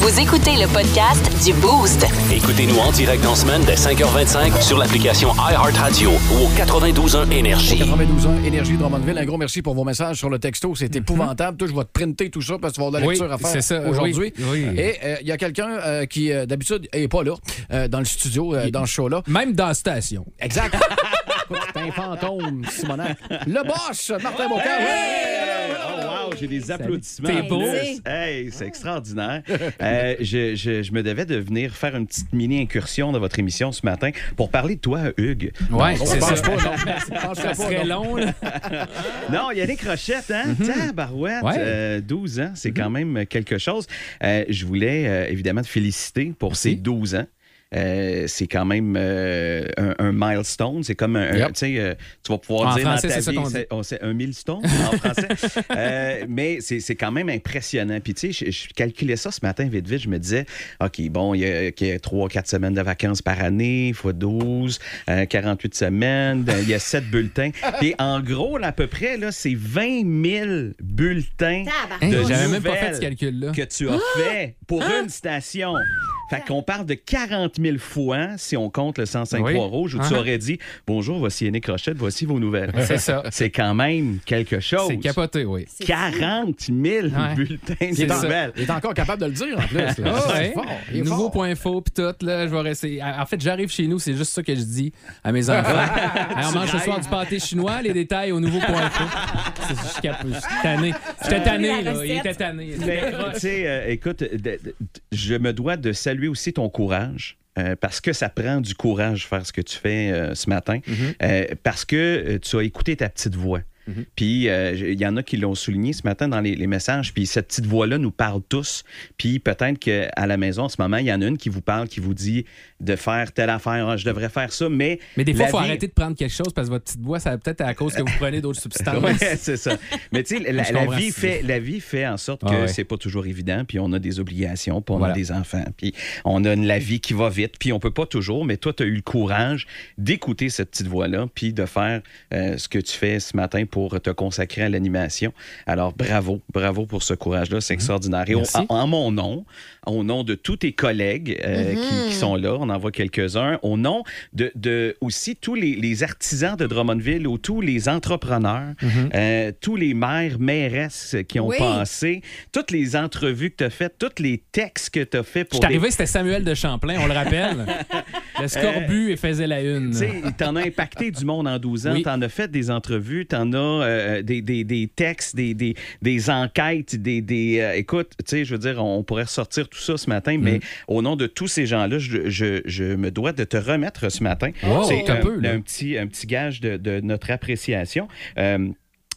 [SPEAKER 1] Vous écoutez le podcast du Boost.
[SPEAKER 2] Écoutez-nous en direct en semaine dès 5h25 sur l'application iHeartRadio ou au 92.1 Énergie.
[SPEAKER 3] 92 ans, Énergie Drummondville. Un gros merci pour vos messages sur le texto. C'est épouvantable. Toi, je vais te printer tout ça parce que tu vas avoir de la
[SPEAKER 5] Oui,
[SPEAKER 3] lecture à
[SPEAKER 5] c'est
[SPEAKER 3] faire
[SPEAKER 5] ça,
[SPEAKER 3] aujourd'hui.
[SPEAKER 5] oui, oui.
[SPEAKER 3] Et euh, il y a quelqu'un euh, qui, euh, d'habitude, n'est pas là euh, dans le studio, euh, dans ce show-là.
[SPEAKER 5] Même dans la station.
[SPEAKER 3] Exact. C'est un fantôme, Simonac. Le boss, Martin Bocan.
[SPEAKER 11] Oh, wow, j'ai des applaudissements.
[SPEAKER 3] T'es
[SPEAKER 11] en
[SPEAKER 3] beau.
[SPEAKER 11] plus. Hey, c'est extraordinaire. Euh, je, je- je me devais de venir faire une petite mini-incursion dans votre émission ce matin pour parler de toi, Hugues.
[SPEAKER 5] Ouais,
[SPEAKER 11] Non,
[SPEAKER 5] c'est
[SPEAKER 11] je pense
[SPEAKER 5] ça.
[SPEAKER 11] pas, non.
[SPEAKER 5] Ça serait long, là. Mhm.
[SPEAKER 11] Non, Yannick Rochette, hein? Tabarouette,
[SPEAKER 5] Ouais.
[SPEAKER 11] euh, 12 ans, c'est quand même quelque chose. Euh, je voulais euh, évidemment te féliciter pour ces 12 ans. Euh, c'est quand même euh, un, un milestone. C'est comme un. un-
[SPEAKER 5] Yep.
[SPEAKER 11] tu sais, euh, tu vas pouvoir
[SPEAKER 5] En
[SPEAKER 11] dire
[SPEAKER 5] français,
[SPEAKER 11] dans ta
[SPEAKER 5] c'est ça
[SPEAKER 11] vie,
[SPEAKER 5] qu'on dit.
[SPEAKER 11] c'est- on sait un milestone en français. Euh, mais c'est c'est quand même impressionnant. Puis, tu sais, je, je calculais ça ce matin vite, vite. Je me disais, OK, bon, il y a, 3-4 semaines de vacances par année, fois 12, euh, 48 semaines, Euh, il y a 7 bulletins. Puis, en gros, là, à peu près, là, c'est 20 000 bulletins.
[SPEAKER 5] Hein,
[SPEAKER 11] de
[SPEAKER 5] j'avais même pas
[SPEAKER 11] nouvelles
[SPEAKER 5] fait ce calcul-là.
[SPEAKER 11] Que tu as fait pour une station. Fait qu'on parle de 40 000 fois, si on compte le 105
[SPEAKER 5] Oui.
[SPEAKER 11] Trois rouges, où tu
[SPEAKER 5] Ah.
[SPEAKER 11] aurais dit Bonjour, voici Yannick Rochette, voici vos nouvelles.
[SPEAKER 5] C'est ça.
[SPEAKER 11] C'est quand même quelque chose.
[SPEAKER 5] C'est capoté, oui.
[SPEAKER 11] 40 000
[SPEAKER 5] Ouais.
[SPEAKER 11] bulletins
[SPEAKER 5] C'est
[SPEAKER 11] de
[SPEAKER 5] ça.
[SPEAKER 11] nouvelles.
[SPEAKER 3] Il est encore capable de le dire, en plus. là.
[SPEAKER 5] Ah
[SPEAKER 3] C'est
[SPEAKER 5] ouais.
[SPEAKER 3] fort. Il est
[SPEAKER 5] Nouveau
[SPEAKER 3] fort.
[SPEAKER 5] point faux, puis tout, là, je vais rester. En fait, j'arrive chez nous, c'est juste ça que je dis à mes enfants. Hey, on mange ce soir du pâté chinois, les détails au nouveau point faux. C'est- Je suis cap- je suis tanné.
[SPEAKER 3] Euh,
[SPEAKER 5] J'étais tanné, là. Il était tanné.
[SPEAKER 11] Mais, tu sais, euh, écoute, de- de- je me dois de saluer aussi ton courage. euh, parce que ça prend du courage faire ce que tu fais euh, ce matin. Euh, parce que euh, tu as écouté ta petite voix. Puis euh, j- il y en a qui l'ont souligné ce matin dans les, les messages. Puis cette petite voix-là nous parle tous. Puis peut-être qu'à la maison en ce moment, il y en a une qui vous parle, qui vous dit de faire telle affaire, Ah, je devrais faire ça. Mais,
[SPEAKER 5] Mais des fois,
[SPEAKER 11] la
[SPEAKER 5] il faut
[SPEAKER 11] vie-
[SPEAKER 5] arrêter de prendre quelque chose parce que votre petite voix, ça peut-être à cause que vous prenez d'autres substances.
[SPEAKER 11] Ouais, c'est ça. Mais tu sais, la,
[SPEAKER 5] Je
[SPEAKER 11] la
[SPEAKER 5] comprends
[SPEAKER 11] vie
[SPEAKER 5] ce que
[SPEAKER 11] fait, la vie fait en sorte que
[SPEAKER 5] Ah ouais.
[SPEAKER 11] c'est pas toujours évident, puis on a des obligations, puis on
[SPEAKER 5] Voilà.
[SPEAKER 11] a des enfants, puis on a une, la vie qui va vite, puis on peut pas toujours, mais toi, tu as eu le courage d'écouter cette petite voix-là, puis de faire euh, ce que tu fais ce matin pour te consacrer à l'animation. Alors, bravo, bravo pour ce courage-là, c'est extraordinaire. Et au-
[SPEAKER 5] Merci.
[SPEAKER 11] en, en mon nom, au nom de tous tes collègues euh, qui, qui sont là, on en voit quelques-uns, au nom de, de aussi tous les, les artisans de Drummondville ou tous les entrepreneurs, euh, tous les maires, mairesses qui ont
[SPEAKER 4] Oui.
[SPEAKER 11] passé, toutes les entrevues que tu as faites, tous les textes que tu as fait
[SPEAKER 5] Je
[SPEAKER 11] pour.
[SPEAKER 5] suis
[SPEAKER 11] des-
[SPEAKER 5] arrivé, c'était Samuel de Champlain, on le rappelle. Le scorbut, il faisait la une.
[SPEAKER 11] Tu sais, t'en as impacté du monde en 12 ans,
[SPEAKER 5] Oui.
[SPEAKER 11] t'en as fait des entrevues, t'en as euh, des, des- des textes, des, des- des enquêtes, des... des, euh, écoute, tu sais, je veux dire, on, on pourrait ressortir tout ça ce matin,
[SPEAKER 5] Mm.
[SPEAKER 11] mais au nom de tous ces gens-là, je, je- je me dois de te remettre ce matin.
[SPEAKER 5] Wow,
[SPEAKER 11] C'est euh,
[SPEAKER 5] t'as
[SPEAKER 11] un,
[SPEAKER 5] peu, là.
[SPEAKER 11] un petit, un petit gage de, de notre appréciation. Euh,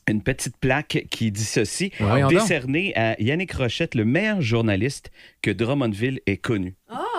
[SPEAKER 11] une petite plaque qui dit ceci,
[SPEAKER 5] Ouais, voyons donc.
[SPEAKER 11] décernée à Yannick Rochette, le meilleur journaliste que Drummondville ait connu.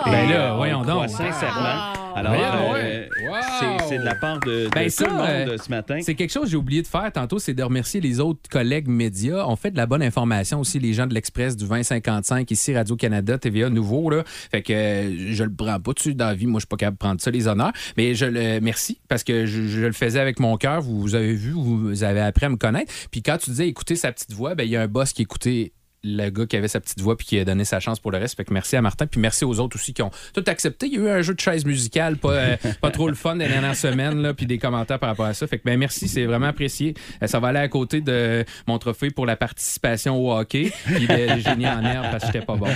[SPEAKER 5] Ben là,
[SPEAKER 11] on
[SPEAKER 5] voyons
[SPEAKER 11] le
[SPEAKER 5] donc.
[SPEAKER 11] croit Sincèrement. Alors,
[SPEAKER 5] Voyons,
[SPEAKER 11] euh,
[SPEAKER 5] ouais. Wow.
[SPEAKER 11] c'est- c'est de la part de, de
[SPEAKER 5] Ben
[SPEAKER 11] tout
[SPEAKER 5] ça,
[SPEAKER 11] le monde
[SPEAKER 5] euh,
[SPEAKER 11] ce matin.
[SPEAKER 5] C'est quelque chose que j'ai oublié de faire tantôt, c'est de remercier les autres collègues médias. On fait de la bonne information aussi, les gens de l'Express du 2055, ici Radio-Canada, TVA Nouveau. Là. Fait que euh, je le prends pas dessus dans la vie. Moi, je suis pas capable de prendre ça, les honneurs. Mais je le merci parce que je, je le faisais avec mon cœur. Vous, vous avez vu, vous avez appris à me connaître. Puis quand tu disais écouter sa petite voix, ben, il y a un boss qui écoutait le gars qui avait sa petite voix puis qui a donné sa chance pour le reste. Fait que merci à Martin, puis merci aux autres aussi qui ont tout accepté. Il y a eu un jeu de chaise musicale, pas, euh, pas trop le fun des dernières semaines, là, puis des commentaires par rapport à ça. Fait que ben merci, c'est vraiment apprécié. Euh, ça va aller à côté de mon trophée pour la participation au hockey, puis le génie en herbe parce que j'étais pas bon.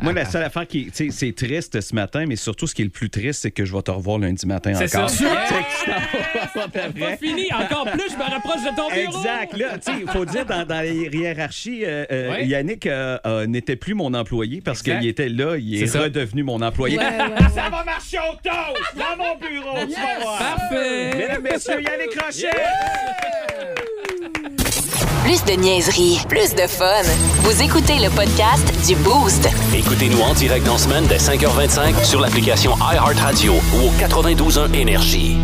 [SPEAKER 11] Moi, la seule affaire qui. tu sais, C'est triste ce matin, mais surtout, ce qui est le plus triste, c'est que je vais te revoir lundi matin
[SPEAKER 5] C'est
[SPEAKER 11] encore.
[SPEAKER 5] ça.
[SPEAKER 11] Tu sais, que je t'en vais voir après.
[SPEAKER 5] fini, encore plus, je me rapproche de ton
[SPEAKER 11] Exact. Là, tu sais, il faut dire, dans, dans les hiérarchies, euh, euh,
[SPEAKER 5] Ouais.
[SPEAKER 11] Yannick euh, euh, n'était plus mon employé parce
[SPEAKER 5] Exact.
[SPEAKER 11] qu'il était là, il est,
[SPEAKER 5] C'est ça.
[SPEAKER 11] redevenu mon employé. Ça va marcher au toast dans mon bureau, tu vas voir.
[SPEAKER 5] Parfait.
[SPEAKER 11] Mesdames, messieurs, Yannick Rochette!
[SPEAKER 1] Plus de niaiserie, plus de fun. Vous écoutez le podcast du Boost.
[SPEAKER 2] Écoutez-nous en direct dans la semaine dès 5h25 sur l'application iHeartRadio ou au 92.1 Énergie.